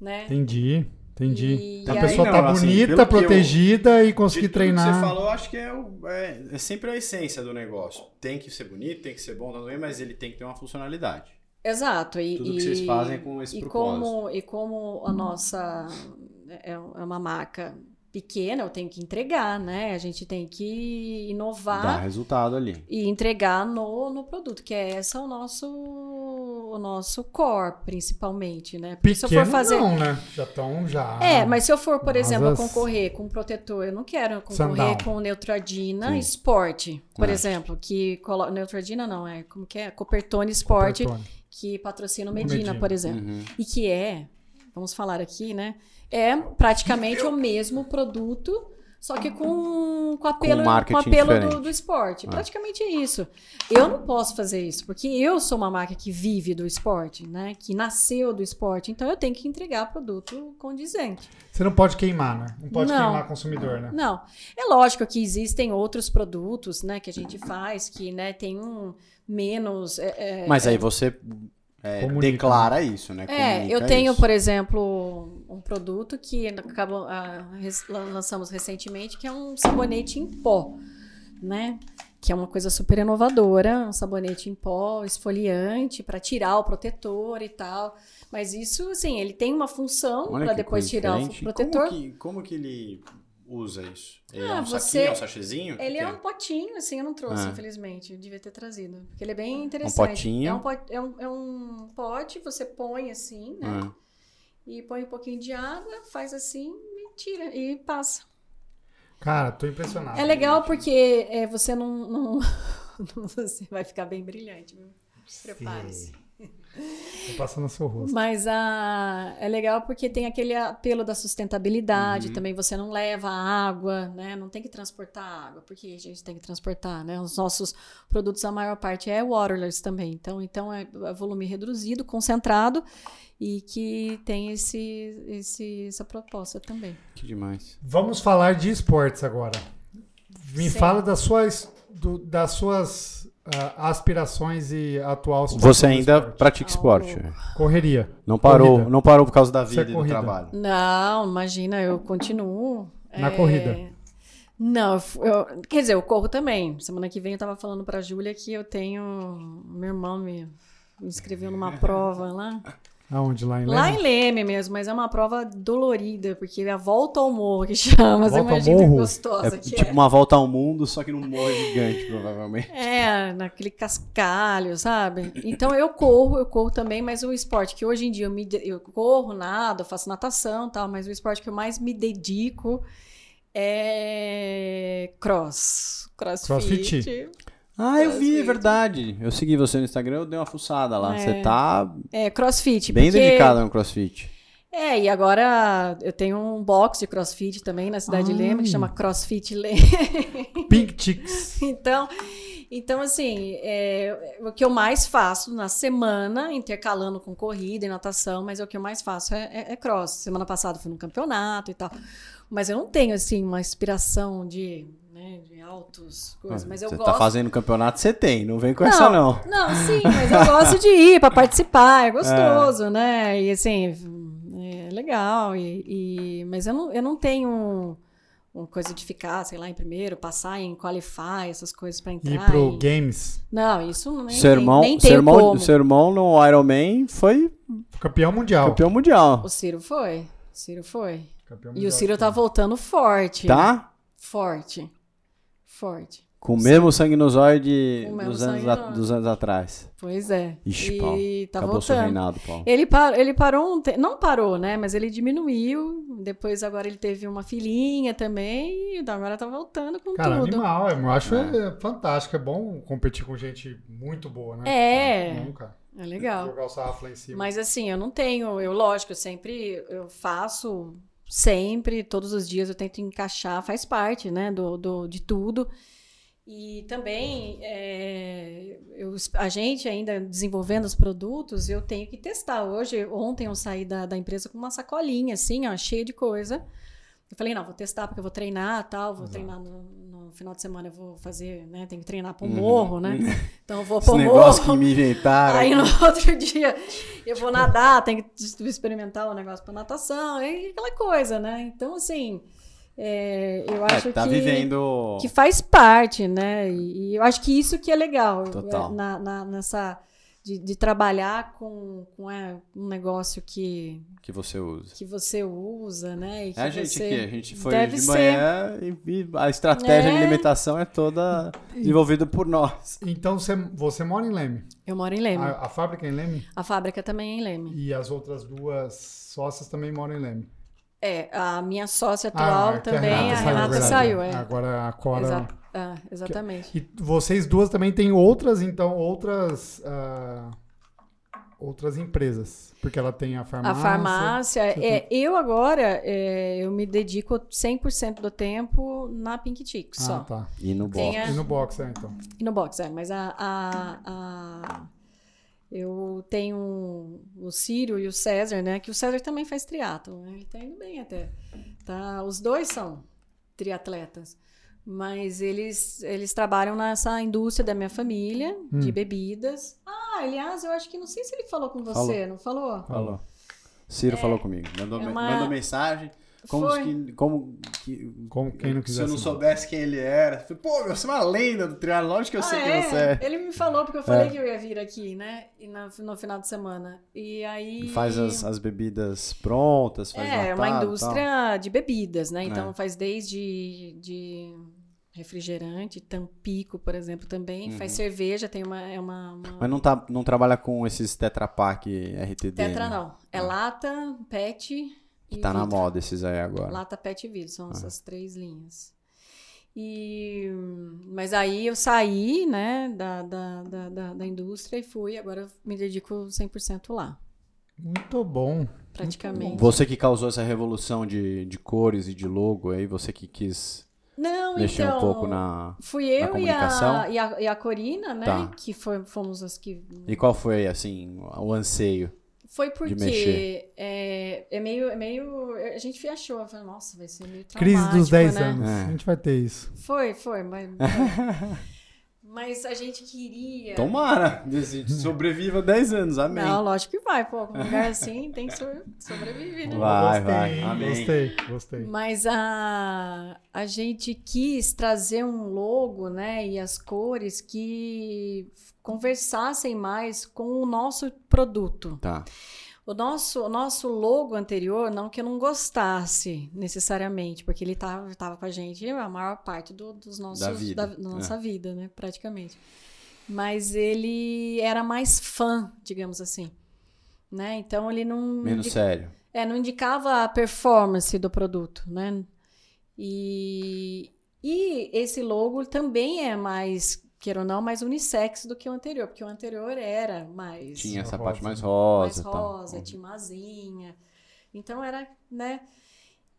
S3: né?
S2: Entendi, entendi.
S3: E
S2: a
S1: aí-
S3: aí-
S2: pessoa
S1: Não,
S2: tá
S1: assim,
S2: bonita,
S1: pelo que eu-
S2: protegida e
S1: De
S2: conseguir
S1: tudo Que você
S2: treinar.
S1: falou, eu acho que é, o- é- é sempre a essência do negócio. Tem que ser bonito, tem que ser bom também, mas ele tem que ter uma funcionalidade.
S3: exato. E,
S1: Tudo
S3: e,
S1: que vocês fazem é com esse
S3: e
S1: propósito.
S3: como e como a nossa é é uma marca pequena, eu tenho que entregar, né? A gente tem que
S1: Dá
S3: inovar
S1: resultado ali.
S3: e entregar no, no produto, que é essa o nosso o nosso core principalmente, né? Porque
S2: Pequeno não, né? Já estão, já.
S3: É, mas se eu for, por
S2: Mas
S3: exemplo,
S2: as-
S3: concorrer com um protetor, eu não quero
S2: Sundown.
S3: concorrer com Neutrodina
S1: Sim.
S3: Sport, por
S1: É.
S3: exemplo, que colo... Neutrodina não, é como que é? Copertone Sport,
S2: Copertone.
S3: que patrocina o Medina,
S2: Medina.
S3: por exemplo.
S1: Uhum.
S3: E que é, vamos falar aqui, né? É praticamente o mesmo produto, só que com, com apelo, com
S1: marketing
S3: apelo do,
S1: diferente.
S3: do esporte.
S1: É.
S3: Praticamente isso. Eu não posso fazer isso, porque eu sou uma marca que vive do esporte, né? Que nasceu do esporte. Então eu tenho que entregar produto condizente.
S2: Você não pode queimar, né? Não pode
S3: Não.
S2: queimar consumidor, né?
S3: Não. É lógico que existem outros produtos, né, que a gente faz, que, né, tem um menos. É, é-
S1: Mas aí você é,
S2: Comunica.
S1: declara isso, né?
S3: é, eu
S1: Comunica
S3: tenho,
S1: isso.
S3: por exemplo, um produto que acabou, ah, res- lan- lançamos recentemente, que é um sabonete em pó, né? Que é uma coisa super inovadora, um sabonete em pó, esfoliante, para tirar o protetor e tal. Mas isso, assim, ele tem uma função
S1: Olha
S3: para
S1: que
S3: depois
S1: coisa
S3: tirar
S1: diferente.
S3: o protetor.
S1: Como que, como que ele usa isso? É
S3: Ah,
S1: um
S3: você-
S1: saquinho, é um sachezinho? O
S3: Ele
S1: que
S3: é
S1: que
S3: um potinho, assim, eu não trouxe,
S1: Ah.
S3: infelizmente. Eu devia ter trazido. Porque ele é bem interessante.
S1: potinho.
S3: É um, pot- é um- é um pote, você põe assim, né?
S1: Ah,
S3: E põe um pouquinho de água, faz assim e tira. E passa.
S2: Cara, tô
S1: Ah,
S2: impressionado.
S3: é legal porque é, você não, não- não- Você vai ficar bem brilhante, viu? Prepare-se.
S2: Tô passando no seu rosto.
S3: Mas a, é legal porque tem aquele apelo da sustentabilidade
S1: Uhum.
S3: também. Você não leva água, né? Não tem que transportar água, porque a gente tem que transportar, né? Os nossos produtos, a maior parte é waterless também. Então, então é volume reduzido, concentrado e que tem esse, esse, essa proposta também.
S1: que demais.
S2: Vamos falar de esportes agora. Me
S3: Sim.
S2: fala das suas, do- das suas ah, aspirações e atual situação
S1: Você
S2: no
S1: ainda
S2: esporte.
S1: pratica esporte?
S2: Correria.
S1: Não parou,
S2: Corrida.
S1: não parou por causa da
S2: Isso é
S1: vida e do
S2: corrida.
S1: trabalho.
S3: Não, imagina, eu continuo. é,
S2: Na corrida.
S3: Não, eu fu- eu- quer dizer, eu corro também. Semana que vem eu tava falando pra Júlia que eu tenho. Meu irmão me, me inscreveu numa prova lá.
S2: Aonde? Lá em
S3: Lá
S2: Leme?
S3: em Leme mesmo, mas é uma prova dolorida, porque é a volta ao morro que chama. Você
S2: Volta ao
S3: imagina que
S2: morro?
S3: gostosa
S1: É
S3: que
S1: tipo uma volta ao mundo, só que num morro gigante, provavelmente.
S3: É, naquele cascalho, sabe? Então eu corro, eu corro também, mas o esporte que hoje em dia eu, me, de- eu corro, nado, faço natação e tal, mas o esporte que eu mais me dedico é cross, crossfit.
S2: Crossfit?
S1: Ah, eu vi, é
S3: Crossfit.
S1: verdade. Eu segui você no Instagram, eu dei uma fuçada lá.
S3: É.
S1: Você tá
S3: É, crossfit.
S1: bem
S3: porque-
S1: dedicada no CrossFit.
S3: É, e agora eu tenho um box de crossfit também na cidade de Lema, que
S2: Ai.
S3: chama Crossfit Lema.
S2: Pink Chicks.
S3: Então, então assim, é, o que eu mais faço na semana, intercalando com corrida e natação, mas o que eu mais faço é, é- é cross. Semana passada eu fui no campeonato e tal. Mas eu não tenho, assim, uma inspiração de, né, de altos coisas. Mas eu
S1: você
S3: gosto.
S1: tá fazendo campeonato, você tem. Não vem com essa, não.
S3: Não, sim, mas eu gosto de ir para participar, é gostoso, né? E assim, é legal. E, e- mas eu não, eu não tenho um- uma coisa de ficar, sei lá, em primeiro, passar em qualify, essas coisas para entrar.
S2: E pro
S3: e-
S2: Games.
S3: Não, isso não
S1: Seu irmão,
S3: nem
S1: seu,
S3: tem
S1: irmão,
S3: como.
S1: seu irmão no Iron Man foi
S2: Campeão mundial.
S1: campeão mundial.
S3: O Ciro foi. O Ciro foi.
S2: Campeão
S3: E o
S2: mundial.
S3: Ciro tá voltando forte.
S1: Tá?
S3: Forte. Forte.
S1: Com o mesmo sangue nos olhos de,
S3: Com o mesmo
S1: dos, anos
S3: sangue
S1: a-
S3: no olho.
S1: dos anos atrás.
S3: Pois é.
S1: Ixi,
S3: e
S1: Paulo,
S3: tá
S1: Acabou seu
S3: voltando.
S1: reinado, Paulo.
S3: Ele, par- ele parou um tempo, não parou, né? Mas ele diminuiu. Depois agora ele teve uma filhinha também. E agora tá voltando com
S2: Cara,
S3: tudo.
S2: animal. Eu acho é. fantástico. É bom competir com gente muito boa, né?
S3: É,
S2: Nunca.
S3: é legal.
S2: Jogar o sarrafo lá em cima.
S3: Mas assim, eu não tenho, eu lógico, eu sempre eu faço sempre, todos os dias eu tento encaixar, faz parte, né, do, do de tudo. E também é, eu- a gente ainda desenvolvendo os produtos, eu tenho que testar. Hoje, ontem eu saí da, da empresa com uma sacolinha assim, ó, cheia de coisa. Eu falei, não, vou testar porque eu vou treinar, tal, vou
S2: Exato.
S3: treinar no, no final de semana, eu vou fazer, né, tem que treinar pro
S1: Uhum.
S3: morro, né? Então eu vou
S1: Esse
S3: pro
S1: negócio
S3: morro.
S1: que me inventaram.
S3: Aí no outro dia eu vou nadar, tenho que experimentar o negócio pra natação, é aquela coisa, né? Então, assim, é, eu acho
S1: É, tá
S3: que,
S1: vivendo.
S3: que faz parte, né? E, e eu acho que isso que é legal
S1: Total.
S3: é, na, na- nessa. De, de trabalhar com, com é, um negócio que,
S1: que você usa.
S3: que você usa, né? E que
S1: É a gente
S3: você...
S1: aqui, a gente foi
S3: deve
S1: de
S3: ser.
S1: manhã e, e a estratégia de
S3: É. Hum.
S1: alimentação é toda desenvolvida por nós.
S2: Então você, você mora em Leme.
S3: Eu moro em Leme.
S2: A, a fábrica é em Leme.
S3: A fábrica também é em Leme.
S2: E as outras duas sócias também moram em Leme.
S3: É, a minha sócia
S2: Ah,
S3: atual
S2: que
S3: também, a
S2: saiu,
S3: Renata
S2: verdade.
S3: saiu. é.
S2: Agora a Cora.
S3: Exa- ah, exatamente.
S2: E vocês duas também têm outras, então, outras. ah, outras empresas. Porque ela tem a
S3: A
S2: farmácia.
S3: farmácia.
S2: você
S3: é, Eu agora, é, eu me dedico 100% do tempo na Pink Chic
S2: Ah,
S3: só.
S2: tá.
S1: E no
S3: Tem
S1: box.
S3: a-
S2: E no box, é, então.
S3: E no box, é. Mas a, a- a- eu tenho o Círio e o César, né? Que o César também faz triatlo. né, Ele tá indo bem até. Tá, os dois são triatletas. Mas eles, eles trabalham nessa indústria da minha família, de
S2: Hum.
S3: bebidas. Ah, aliás, eu acho que não sei se ele falou com você,
S1: Falou.
S3: não falou?
S1: Falou. Ciro falou comigo. Mandou,
S3: é
S1: me-
S3: uma-
S1: mandou mensagem. Como,
S3: Foi.
S1: que, como que-
S2: Como quem não
S1: se
S2: quiser.
S1: eu não
S2: saber.
S1: soubesse quem ele era. eu falei, Pô, meu, você é uma lenda do triângulo. Lógico que eu
S3: Ah,
S1: sei
S3: é?
S1: quem você é.
S3: Ele me falou porque eu falei que eu ia vir aqui, né? E na- no final de semana. E aí.
S1: Faz as, as bebidas prontas, faz
S3: É, é
S1: natado
S3: uma
S1: e tal.
S3: indústria de bebidas, né? Então
S1: É.
S3: faz desde de refrigerante, tampico, por exemplo, também. Faz
S1: Uhum.
S3: cerveja, tem uma. É uma, uma-
S1: Mas não, tá, não trabalha com esses Tetra Pak RTD.
S3: Tetra
S1: né?
S3: não. É
S1: Ah.
S3: lata, pet.
S1: Que
S3: e
S1: tá na
S3: vidro.
S1: moda esses aí agora.
S3: Lata, pet e vidro, são
S1: Ah.
S3: essas três linhas. E, mas aí eu saí, né, da, da, da, da, da indústria e fui, agora eu me dedico 100% lá,
S2: Muito bom.
S3: praticamente.
S1: Você que causou essa revolução de, de cores e de logo aí, você que quis
S3: Não,
S1: mexer
S3: então,
S1: um pouco na.
S3: fui eu e,
S1: comunicação?
S3: a, e, a, e a Corina, né,
S1: Tá.
S3: que foi- fomos as que...
S1: E qual foi, assim, o anseio?
S3: Foi porque
S1: mexer.
S3: é, é, meio, é meio... A gente achou, falou, nossa, vai ser meio
S2: Crise dos
S3: traumático,
S2: 10
S3: né?
S2: anos.
S1: É.
S2: A gente vai ter isso.
S3: Foi, foi, mas... foi. mas a gente queria...
S1: Então Tomara! desse- Sobreviva 10 anos, amém.
S3: É. Não, lógico que vai, pô. Um lugar assim tem que sobre- sobreviver, né?
S1: Vai. vai.
S2: hein?
S1: Amém.
S2: Gostei, gostei.
S3: Mas a, a gente quis trazer um logo, né? E as cores que conversassem mais com o nosso produto.
S1: Tá.
S3: O nosso, o nosso logo anterior, não que eu não gostasse necessariamente, porque ele tava, tava com a gente a maior parte do- dos nossos,
S1: Da vida, é.
S3: da nossa vida, né? Praticamente. Mas ele era mais fã, digamos assim. Né? Então ele não.
S1: Menos
S3: de-
S1: sério.
S3: é, não indicava a performance do produto, né? E, e esse logo também é mais queira ou não, mais unissex do que o anterior, porque o anterior era mais
S1: Tinha essa
S2: Rosa.
S1: parte mais rosa.
S3: mais
S1: e tal. É, Uhum.
S3: rosa, tinha uma asinha. Então era, né?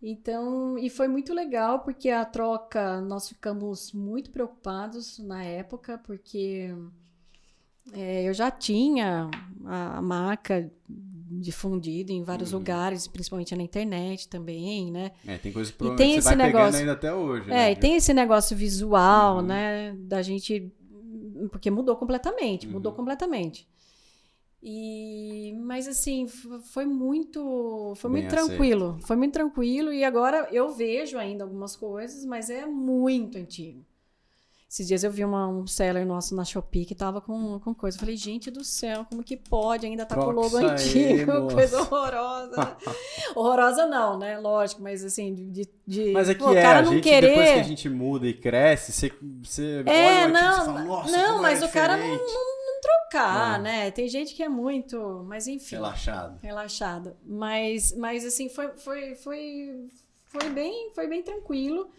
S3: Então, e foi muito legal porque a troca, nós ficamos muito preocupados na época, porque é, eu já tinha a, a marca difundida em vários
S1: Uhum.
S3: lugares, principalmente na internet também, né?
S1: É, tem coisa que
S3: E tem
S1: provavelmente você
S3: esse
S1: vai pegando
S3: negócio-
S1: ainda até hoje. né?
S3: É, e tem esse negócio visual,
S1: Uhum.
S3: né? Da gente. Porque mudou completamente,
S1: Uhum.
S3: mudou completamente. E, mas assim, f- foi muito, foi
S1: Bem
S3: muito
S1: aceito.
S3: tranquilo, foi muito tranquilo e agora eu vejo ainda algumas coisas, mas é muito antigo. Esses dias eu vi uma- um seller nosso na Shopee que tava com, com coisa, eu falei, gente do céu, como que pode ainda tá com o
S1: Troca
S3: logo
S1: isso aí,
S3: antigo,
S1: moça.
S3: coisa horrorosa. horrorosa não, né, lógico, mas assim, de... de- de-
S1: Mas é que
S3: pô, o
S1: é,
S3: cara
S1: a
S3: não
S1: gente,
S3: querer...
S1: depois que a gente muda e cresce, você, você
S3: É,
S1: olha o antigo e
S3: não,
S1: você fala, nossa,
S3: não,
S1: como
S3: mas
S1: era
S3: o cara não-
S1: diferente.
S3: trocar,
S1: É.
S3: né? Tem gente que é muito, mas enfim,
S1: Relaxado.
S3: relaxado. Mas, mas assim, foi, foi, foi, foi bem, foi bem tranquilo.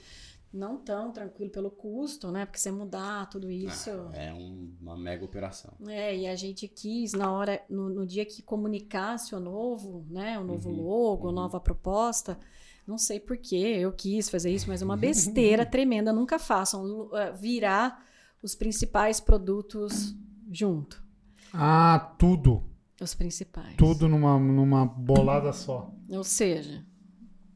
S3: Não tão tranquilo pelo custo, né? Porque você mudar tudo isso.
S1: É um- uma mega operação.
S3: É, e a gente quis, na hora, no, no dia que comunicasse o novo, né? O novo
S1: Uhum,
S3: logo, a
S1: uhum.
S3: nova proposta. Não sei por que eu quis fazer isso, mas é uma besteira tremenda. Nunca façam lu- eh, virar os principais produtos junto.
S2: Ah, tudo.
S3: Os principais.
S2: Tudo numa, numa bolada só.
S3: Ou seja,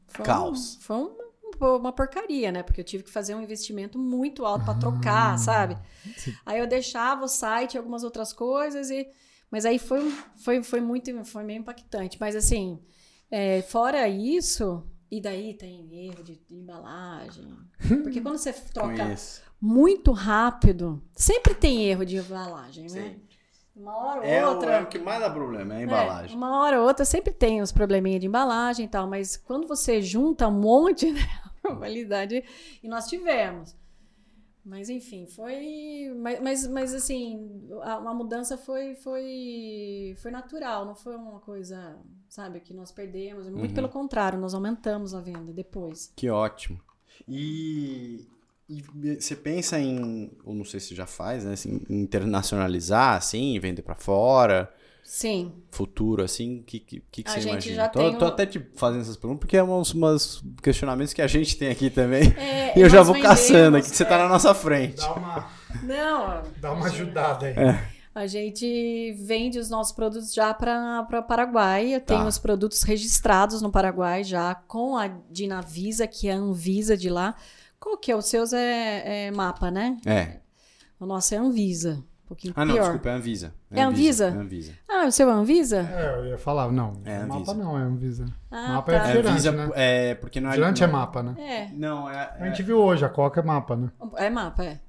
S3: foi, um-
S1: Caos.
S3: foi um- uma porcaria, né? Porque eu tive que fazer um investimento muito alto para trocar, sabe?
S2: Ah, sim.
S3: Aí eu deixava o site e algumas outras coisas e mas aí foi um- foi foi muito foi meio impactante, mas assim, é, fora isso, e daí tem erro de, de embalagem. Porque quando você troca
S1: Conheço.
S3: muito rápido, sempre tem erro de embalagem, né?
S1: Sim.
S3: Uma hora ou
S1: É, o,
S3: outra.
S1: é o que mais dá problema, é a embalagem.
S3: É, uma hora ou outra sempre tem uns probleminhas de embalagem e tal, mas quando você junta um monte, né, a probabilidade. E nós tivemos. Mas enfim, foi. Mas, mas, mas, assim, a, a mudança foi, foi, foi natural, não foi uma coisa, sabe, que nós perdemos. Muito
S1: Uhum.
S3: pelo contrário, nós aumentamos a venda depois.
S1: Que ótimo. E, e você pensa em, ou não sei se já faz, né? Assim, internacionalizar, assim, vender pra fora,
S3: Sim.
S1: futuro, assim, o que, que, que que
S3: A
S1: você
S3: gente
S1: imagina?
S3: já
S1: tô,
S3: tem
S1: tô
S3: um-
S1: até te fazendo essas perguntas, porque é uns, umas questionamentos que a gente tem aqui também. E
S3: É,
S1: eu já
S3: nós
S1: vou
S3: vendemos- é.
S1: caçando aqui, que você tá na nossa frente.
S2: Dá uma,
S3: Não,
S2: dá uma ajudada aí.
S1: É.
S3: A gente vende os nossos produtos já para o Paraguai. Eu
S1: Tá.
S3: tenho os produtos registrados no Paraguai já com a Dinavisa, que é a Anvisa de lá. Qual que é? Os seus é, é mapa, né?
S1: É.
S3: O nosso é Anvisa. Um pouquinho
S1: Ah, não,
S3: pior.
S1: desculpa, é a Anvisa.
S3: É a Anvisa?
S1: É a Anvisa.
S3: Ah, o seu é Anvisa?
S2: É, eu ia falar, não.
S1: É, Anvisa.
S2: mapa não, é Anvisa.
S3: Ah,
S2: Mapa
S1: É
S2: É
S1: a
S2: refrigerante,
S1: Anvisa,
S2: né?
S1: é, porque não é...
S2: Refrigerante é
S1: não-
S2: mapa, né?
S3: É,
S1: Não, é-
S2: A
S1: é,
S2: gente viu hoje, a Coca é mapa, né?
S3: é mapa, é.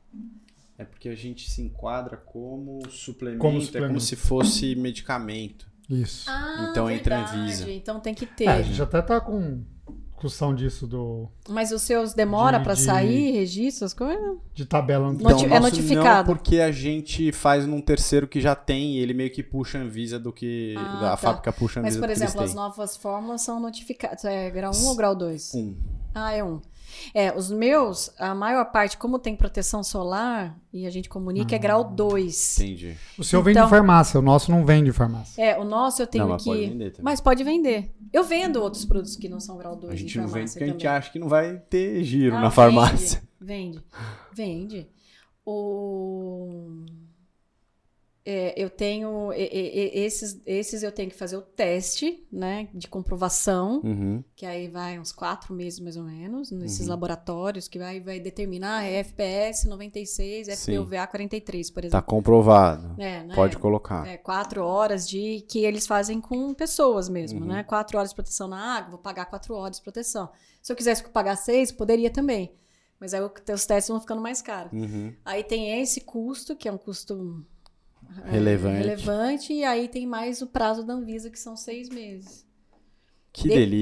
S1: É porque a gente se enquadra como suplemento,
S2: Como
S1: é como
S2: suplemento.
S1: se fosse medicamento.
S2: Isso.
S3: Ah,
S1: Então entra
S3: verdade.
S1: Anvisa. Ah,
S3: Então tem que ter.
S2: É, a gente até tá com discussão disso do,
S3: Mas os seus demora
S2: De-
S3: para
S2: de-
S3: sair, registro, as coisas?
S2: de tabela no
S3: Noti- é
S1: o nosso
S3: notificado.
S1: Não, porque a gente faz num terceiro que já tem, e ele meio que puxa a Anvisa do que.
S3: Ah,
S1: a
S3: tá.
S1: fábrica puxa a
S3: Mas,
S1: Anvisa
S3: por
S1: do que
S3: exemplo,
S1: eles
S3: as novas fórmulas são notificadas. É grau 1 ou grau 2?
S1: têm. Um.
S3: Ah, é um. É, os meus, a maior parte, como tem proteção solar e a gente comunica,
S1: Ah,
S3: é grau 2.
S1: Entendi.
S2: O seu vende
S3: Então-
S2: de farmácia, o nosso não vende de farmácia.
S3: É, o nosso eu tenho
S1: Não, mas
S3: que.
S1: pode vender também.
S3: Mas pode vender. Eu vendo outros produtos que não são grau 2
S1: A gente não vende porque a
S3: também.
S1: gente acha que não vai ter giro
S3: Ah,
S1: na farmácia.
S3: Vende. Vende. vende. O... É, eu tenho. e- e- e- esses, esses eu tenho que fazer o teste, né? De comprovação.
S1: Uhum.
S3: que aí vai uns quatro meses mais ou menos, nesses
S1: Uhum.
S3: laboratórios, que vai, vai determinar ah, é FPS 96,
S1: Sim.
S3: FPUVA 43, por
S1: Tá
S3: exemplo.
S1: comprovado.
S3: É, né?
S1: Pode colocar.
S3: É, quatro horas de que eles fazem com pessoas mesmo,
S1: Uhum.
S3: né? Quatro horas de proteção na água, vou pagar quatro horas de proteção. Se eu quisesse pagar seis, poderia também. Mas aí o- os testes vão ficando mais caros.
S1: Uhum.
S3: Aí tem esse custo, que é um custo é,
S1: Relevante.
S3: relevante, e aí tem mais o prazo da Anvisa, que são seis meses.
S1: Que
S3: Depois-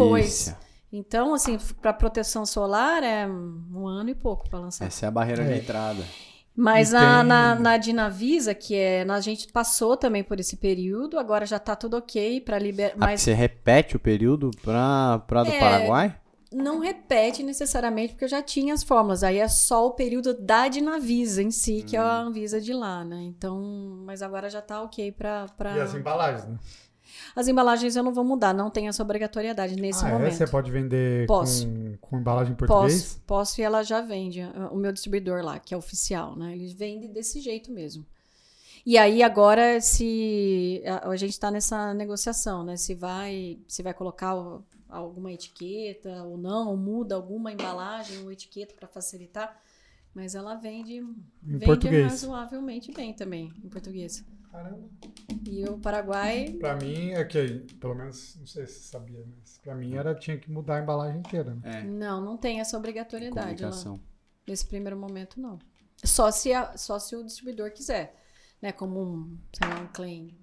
S1: delícia.
S3: Então, assim, para proteção solar é um ano e pouco para lançar.
S1: Essa é a barreira
S2: É.
S1: de entrada.
S3: Mas
S2: E
S3: na,
S2: tem-
S3: na, na Dinavisa, que é. na- A gente passou também por esse período, agora já tá tudo ok para
S1: Ah,
S3: liberar.
S1: porque
S3: Mas
S1: você repete o período pra, pra do
S3: É,
S1: Paraguai?
S3: não repete necessariamente, porque eu já tinha as fórmulas. Aí é só o período da Dinavisa em si, que é a
S2: Hum.
S3: Anvisa de lá, né? Então, mas agora já tá ok pra. pra...
S2: E as embalagens, né?
S3: As embalagens eu não vou mudar, não tem essa obrigatoriedade nesse
S2: ah, é?
S3: momento.
S2: Você pode vender
S3: Posso.
S2: Com, com embalagem em português?
S3: Posso, posso e ela já vende. O meu distribuidor lá, que é oficial, né? Ele vende desse jeito mesmo. E aí agora se a, a gente está nessa negociação, né? Se vai, se vai colocar o- alguma etiqueta ou não, ou muda alguma embalagem ou etiqueta para facilitar. Mas ela vende,
S2: Em
S3: vende um.
S2: português.
S3: razoavelmente bem também em português.
S2: Caramba.
S3: E o Paraguai
S2: Pra mim, é que, pelo menos, não sei se você sabia, mas pra mim era, tinha que mudar a embalagem inteira. Né?
S1: É,
S3: não, não tem essa obrigatoriedade lá.
S1: comunicação.
S3: Nesse primeiro momento, não. Só se, a- só se o distribuidor quiser, né? Como um, sei lá, um claim.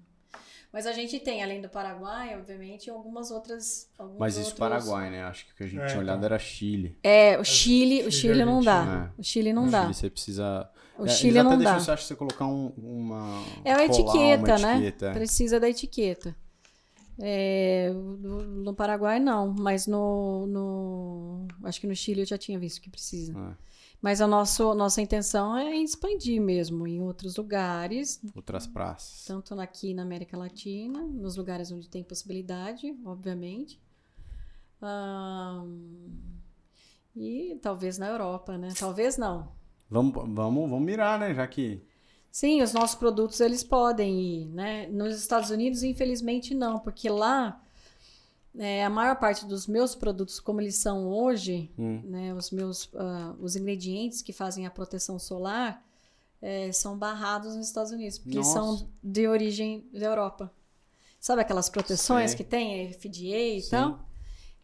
S3: Mas a gente tem, além do Paraguai, obviamente, algumas outras. alguns
S1: Mas isso
S3: outros-
S1: Paraguai, né? Acho que o que a gente
S2: É,
S1: tinha olhado
S2: então.
S1: era Chile.
S3: É, o Chile, o
S2: Chile e
S3: Chile não dá.
S1: Argentina.
S3: O Chile não
S1: No
S3: dá.
S1: É. Chile você precisa...
S3: O
S1: É,
S3: Chile
S1: eles
S3: não
S1: até
S3: dá.
S1: deixam, Você acha que você colocar um, uma...
S3: É uma
S1: colar uma
S3: etiqueta, né?
S1: etiqueta, é.
S3: Precisa da etiqueta. É, no, no Paraguai não, mas no, no. Acho que no Chile eu já tinha visto que precisa.
S1: É.
S3: Mas a nosso, nossa intenção é expandir mesmo em outros lugares,
S1: É, Outras praças.
S3: tanto aqui na América Latina, nos lugares onde tem possibilidade, obviamente. Ahn, e talvez na Europa, né? Talvez não.
S1: Vamos, vamos, vamos mirar, né? Já que...
S3: Sim, os nossos produtos eles podem ir, né? Nos Estados Unidos, infelizmente, não, porque lá é, a maior parte dos meus produtos, como eles são hoje,
S1: Hum,
S3: né, os meus ah, os ingredientes que fazem a proteção solar eh, são barrados nos Estados Unidos, porque eles
S1: Nossa.
S3: são de origem da Europa. Sabe aquelas proteções
S1: Sei.
S3: que tem, é a FDA e
S1: Sim.
S3: tal?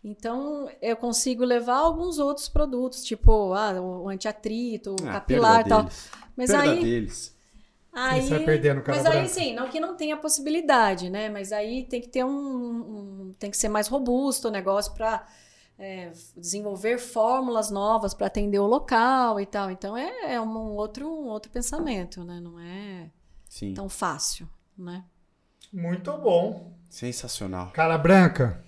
S3: Então, eu consigo levar alguns outros produtos, tipo ah, o antiatrito, o
S1: ah,
S3: capilar e
S1: perda
S3: tal.
S1: deles.
S3: Mas
S1: perda
S3: aí,
S1: deles.
S3: aí,
S2: Isso é vai perder no cara
S3: mas aí
S2: branco.
S3: sim, não que não tenha possibilidade, né? Mas aí tem que ter um, um- tem que ser mais robusto o negócio para desenvolver fórmulas novas para atender o local e tal. Então é, é um, outro um outro pensamento, né? Não é
S1: Sim.
S3: tão fácil, né?
S2: Muito bom.
S1: Sensacional.
S2: Cara branca.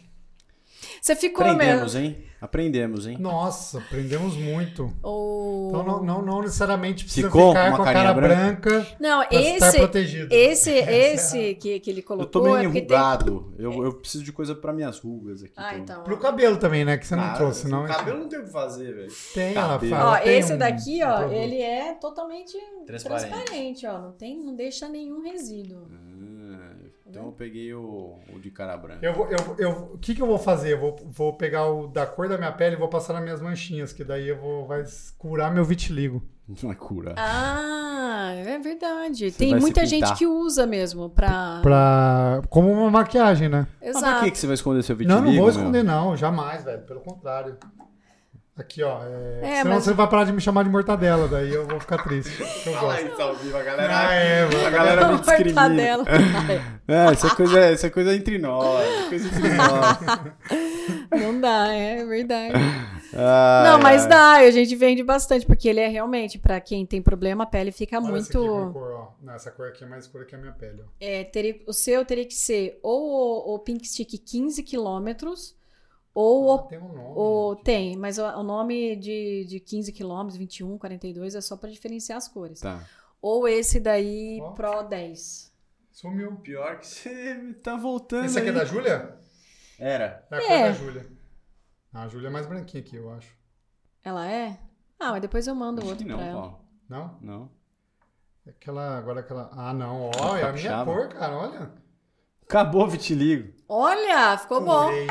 S3: Você ficou
S1: Aprendemos,
S3: mesmo?
S1: hein? Aprendemos, hein?
S2: Nossa, aprendemos muito.
S3: O...
S2: Então não, não- não necessariamente precisa
S1: Ficou
S2: ficar
S1: uma
S2: com a cara
S1: carinha
S2: branca,
S3: Não,
S2: tá pra É. estar
S3: esse
S2: protegido.
S3: esse esse que, que ele colocou
S1: Eu tô meio
S3: é porque tem- É.
S1: enrugado. Eu, eu preciso de coisa pra minhas rugas aqui.
S3: Ah,
S1: também.
S3: então.
S2: Pro cabelo também, né? Que você não
S1: Cara,
S2: trouxe, não.
S1: O cabelo não tem o que fazer, velho.
S3: Tá
S2: Tem, ela
S1: cabelo.
S2: fala.
S3: Ó,
S2: tem
S3: esse
S2: um-
S3: daqui,
S2: um
S3: ó,
S2: produto.
S3: ele é totalmente
S1: Transparente.
S3: transparente, ó, não tem, não deixa nenhum resíduo.
S1: Ah, então eu peguei o, o de cara branca.
S2: Eu vou, eu, vou- eu, vou- o que que eu vou fazer? Eu vou, vou pegar o da cor da minha pele e vou passar nas minhas manchinhas, que daí eu vou vai curar meu vitiligo.
S1: Não é cura.
S3: Ah, é verdade.
S1: Você
S3: tem
S1: vai se
S3: muita gente
S1: pintar.
S3: que usa mesmo pra.
S2: Pra... Como uma maquiagem, né?
S1: Mas pra
S3: Exato.
S1: que, que você vai esconder seu
S2: não,
S1: vitiligo? né?
S2: não vou
S1: meu?
S2: esconder não, jamais, velho. Pelo contrário. Aqui, ó. é-
S3: É,
S2: Senão
S3: mas-
S2: você vai parar de me chamar de mortadela, daí eu vou ficar triste. Eu
S1: Fala
S2: gosto.
S1: aí, Salvi, a galera.
S2: Ah, é, mano.
S1: A galera me discrimina.
S3: Mortadela.
S1: É, essa coisa, essa coisa é entre nós. essa Coisa é entre nós.
S3: Não dá, é verdade.
S1: Ai,
S3: não, mas
S1: ai.
S3: dá, a gente vende bastante, porque ele é realmente, pra quem tem problema, a pele fica
S2: Olha esse aqui com
S3: Tá muito.
S2: cor, ó. Não, essa cor aqui é mais escura que a minha pele, ó.
S3: É, teria- o seu teria que ser ou o, o Pink Stick 15 quilômetros, ou o
S2: Ah, tem um nome.
S3: O,
S2: gente.
S3: tem, mas o, o nome de, de 15 quilômetros, 21, 42 é só pra diferenciar as cores.
S1: Tá.
S3: Ou esse daí
S2: Ó.
S3: Pro 10.
S2: Sumiu.
S1: Pior que você tá voltando.
S2: Esse aqui é
S1: aí.
S2: da Júlia?
S1: Era.
S2: É a cor
S3: É.
S2: da Júlia. Ah, A Júlia é mais branquinha aqui, eu acho.
S3: Ela é? Ah, mas depois eu mando
S1: Acho
S3: outro
S1: que não,
S3: pra ela.
S1: Paulo.
S2: Não? É
S1: Não.
S2: Aquela, agora aquela. Ah, não. Ó, é a minha
S1: Capixaba.
S2: cor, cara, olha.
S1: Acabou o vitiligo.
S3: Olha, ficou bom.
S2: Curei.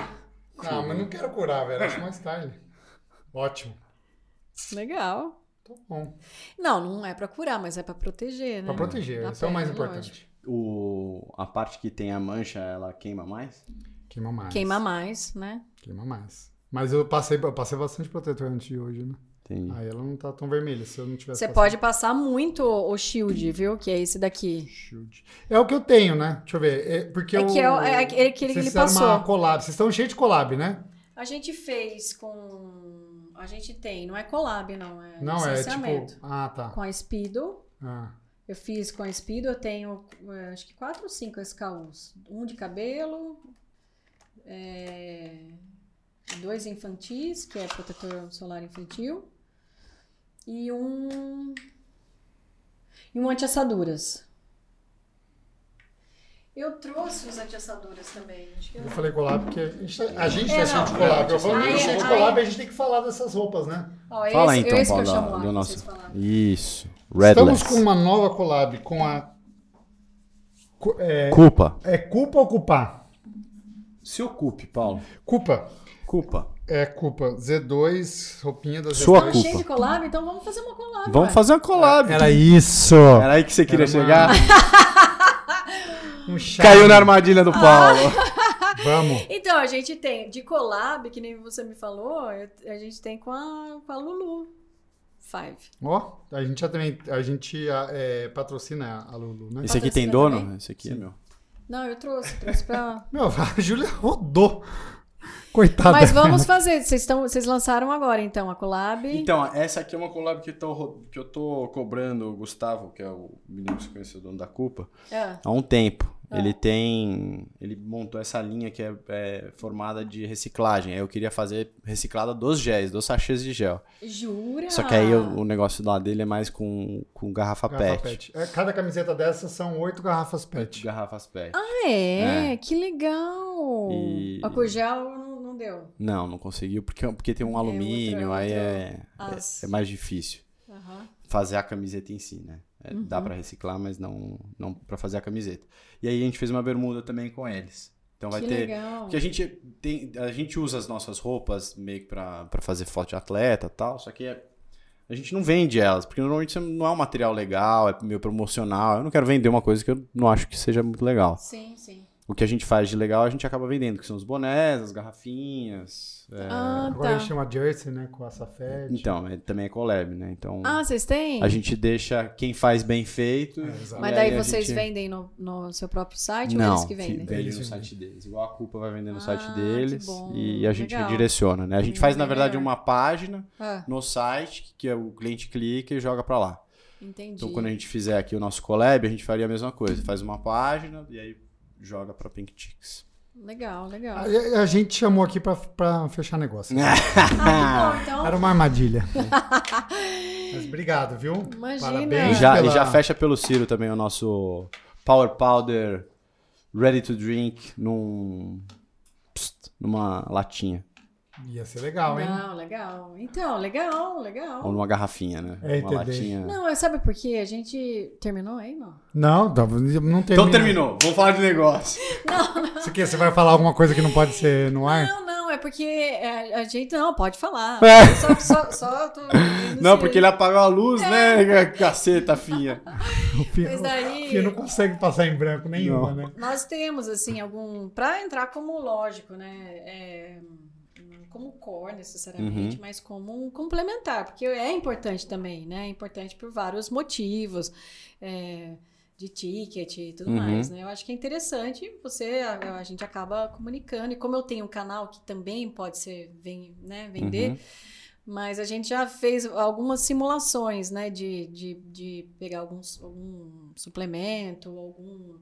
S2: Ah, mas não quero curar, velho. Acho mais tarde. Ótimo.
S3: Legal.
S2: Tá bom.
S3: Não, não é pra curar, mas é pra proteger, né?
S2: Pra proteger,
S3: Na
S2: isso é o mais
S3: pele,
S2: importante.
S1: O, a parte que tem a mancha, ela queima mais?
S2: Queima mais.
S3: Queima mais, né?
S2: Queima mais. Mas eu passei, eu passei bastante protetor antes de hoje, né?
S1: Entendi.
S2: Aí ela não tá tão vermelha. Se eu não tivesse.
S3: Você
S2: passado-
S3: pode passar muito o o shield, viu? Que é esse daqui.
S2: Shield. É o que eu tenho, né? Deixa eu ver. É porque
S3: É
S2: eu...
S3: que é o- é aquele que
S2: Vocês
S3: ele
S2: fizeram
S3: passou.
S2: Uma collab. Vocês estão cheios de collab, né?
S3: A gente fez com. A gente tem, não é collab, não. É
S2: Não, é
S3: licenciamento.
S2: tipo. Ah, tá.
S3: Com a Speedo.
S2: Ah,
S3: Eu fiz com a Speedo, eu tenho eh, acho que quatro ou cinco SKUs. Um de cabelo, eh, dois infantis, que é protetor solar infantil, e um e um anti-assaduras. Eu trouxe os anti-assaduras também. Acho que eu...
S2: Eu falei collab porque a gente, tá- a gente
S3: É,
S2: tá sendo de
S3: não.
S2: collab. Eu falo
S3: Aí- é,
S2: que a gente é
S3: aí-
S2: collab, a gente tem que falar dessas roupas, né?
S3: Ó, é
S1: Fala
S3: esse,
S1: então,
S3: é esse que
S1: Paulo,
S3: eu chamo lá,
S1: do
S3: pra
S1: nosso.
S3: vocês falarem.
S1: Isso. Redless.
S2: Estamos com uma nova collab com a. cu- É,
S1: Culpa.
S2: é culpa ou culpar?
S1: Se ocupe, Paulo.
S2: Culpa.
S1: Culpa.
S2: É culpa. Z2, roupinha da Z2.
S1: Sua
S3: Tá
S1: culpa.
S3: cheio de collab, então vamos fazer uma collab.
S1: Vamos
S3: ué.
S1: fazer uma collab.
S2: Era isso.
S1: Era aí que você queria
S2: Era uma-
S1: chegar?
S2: Um chá.
S1: Caiu na armadilha do Paulo.
S2: Vamos.
S3: Então, a gente tem de collab, que nem você me falou, eu- a gente tem com a, com a Lulu Five.
S2: Ó, a gente já também. A gente a- é, patrocina a Lulu, né?
S1: Esse aqui tem
S3: Patrocina
S1: dono?
S3: também?
S1: Esse aqui é meu.
S3: Não, eu trouxe, trouxe pra.
S2: Meu, a Júlia rodou. Coitada.
S3: Mas vamos fazer. Vocês, estão, vocês lançaram agora, então, a collab.
S1: Então, essa aqui é uma collab que eu tô, ro- que eu tô cobrando o Gustavo, que é o menino que você conhece, o dono da culpa,
S3: Ah,
S1: há um tempo.
S3: Ah.
S1: Ele tem. Ele montou essa linha que é, é formada de reciclagem. Aí Eu queria fazer reciclada dos géis, dos sachês de gel.
S3: jura?
S1: Só que aí eu- o negócio lá dele é mais com, com garrafa,
S2: Garrafa
S1: pet.
S2: pet. É, Cada camiseta dessas são oito garrafas pet.
S3: Então.
S1: Garrafas pet.
S3: Ah, é?
S1: É.
S3: Que legal!
S1: E-
S3: A Cogel não, não deu.
S1: Não, não conseguiu, porque, porque tem um
S3: É,
S1: alumínio,
S3: outra-
S1: aí
S3: outra-
S1: é,
S3: As-
S1: é mais difícil.
S3: Aham.
S1: fazer a camiseta em si, né? É,
S3: Uhum.
S1: Dá pra reciclar, mas não, não para fazer a camiseta. E aí a gente fez uma bermuda também com eles. Então vai
S3: que
S1: ter.
S3: legal.
S1: Porque a gente tem, a gente usa as nossas roupas meio que pra, pra fazer foto de atleta e tal, só que é- a gente não vende elas, porque normalmente isso não é um material legal, é meio promocional. Eu não quero vender uma coisa que eu não acho que seja muito legal.
S3: Sim, sim.
S1: O que a gente faz de legal, a gente acaba vendendo, que são os bonés, as garrafinhas. é.
S3: Ah,
S2: Agora a gente
S3: tá.
S2: chama Jersey, né? Com a Safed.
S1: Então, é- também é collab, né? Então
S3: Ah, vocês têm?
S1: a gente deixa quem faz bem feito.
S2: É, exato.
S3: Mas
S1: e
S3: daí
S1: aí a
S3: vocês
S1: gente-
S3: vendem no, no seu próprio site ou
S1: não,
S3: eles que vendem?
S1: fi- vende
S2: Eles
S1: no
S2: vendem.
S1: site deles. Igual a culpa vai vender no
S3: Ah,
S1: site
S3: que
S1: deles
S3: bom,
S1: e a gente
S3: legal. Hum,
S1: redireciona, né? A gente
S3: Bem
S1: faz, na verdade,
S3: melhor.
S1: uma página
S3: Ah,
S1: no site que o cliente clica e joga pra lá.
S3: entendi.
S1: Então, quando a gente fizer aqui o nosso collab, a gente faria a mesma coisa. Faz uma página e aí joga pra Pink Chicks.
S3: Legal, legal.
S2: A, a- a gente chamou aqui pra, pra fechar negócio.
S1: Né?
S3: Ah, que bom, então.
S2: Era um uma armadilha. Mas obrigado, viu?
S3: Imagina.
S1: E
S3: É.
S2: Parabéns.
S1: já,
S2: pela-
S1: e já fecha pelo Ciro também o nosso Power Powder Ready to Drink num, psst, numa latinha.
S2: Ia ser legal, hein?
S3: Não, legal. Então, legal, legal.
S1: Ou numa garrafinha, né?
S2: É,
S1: uma
S2: entendi.
S1: latinha.
S3: Não, eu- sabe por quê? A gente terminou aí, não?
S2: Não, tá- não tem.
S1: Então terminou, vamos falar de negócio.
S2: Você, quer, você vai falar alguma coisa que não pode ser no ar?
S3: Não, não, é porque é, a gente não pode falar.
S1: É.
S3: Só, só, só tô- assim.
S1: Não, porque ele apagou a luz, né?
S2: É.
S1: Caceta, finha.
S2: O Fio,
S3: Mas daí-
S2: o Fio não consegue passar em branco nenhuma, né?
S3: Nós temos, assim, algum. Para entrar como lógico, né? é, não como core necessariamente,
S1: Uhum.
S3: mas como um complementar, porque é importante também, né? É importante por vários motivos. é, de ticket e tudo
S1: Uhum.
S3: mais, né? Eu acho que é interessante você, a, a gente acaba comunicando. E como eu tenho um canal que também pode ser, ven- né,
S1: Uhum.
S3: vender, Mas a gente já fez algumas simulações, né? De, de, de pegar alguns, algum suplemento, algum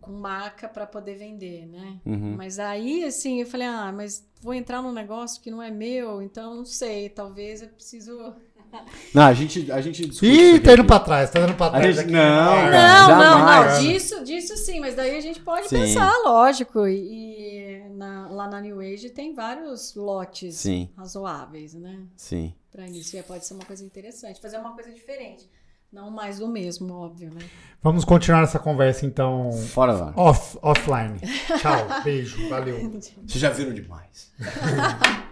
S3: com maca para poder vender, né?
S1: Uhum.
S3: Mas aí, assim, eu falei, ah, mas vou entrar num negócio que não é meu, então não sei, talvez eu preciso...
S1: Não, a gente, a gente discute. isso
S2: Ih,
S1: aqui.
S2: tá indo pra trás, tá indo pra
S1: A
S2: trás.
S1: gente-
S2: aqui.
S1: não.
S2: Ah,
S3: Não, não,
S1: É, jamais.
S3: não, disso, disso sim, mas daí a gente pode
S1: Sim.
S3: pensar, lógico, e na- lá na New Age tem vários lotes
S1: Sim,
S3: razoáveis, né?
S1: sim.
S3: para início. E pode ser uma coisa interessante, fazer uma coisa diferente. Não mais o mesmo, óbvio, né?
S2: Vamos continuar essa conversa, então,
S1: Fora lá.
S2: off, offline. Tchau, beijo, valeu.
S1: Vocês já viram demais.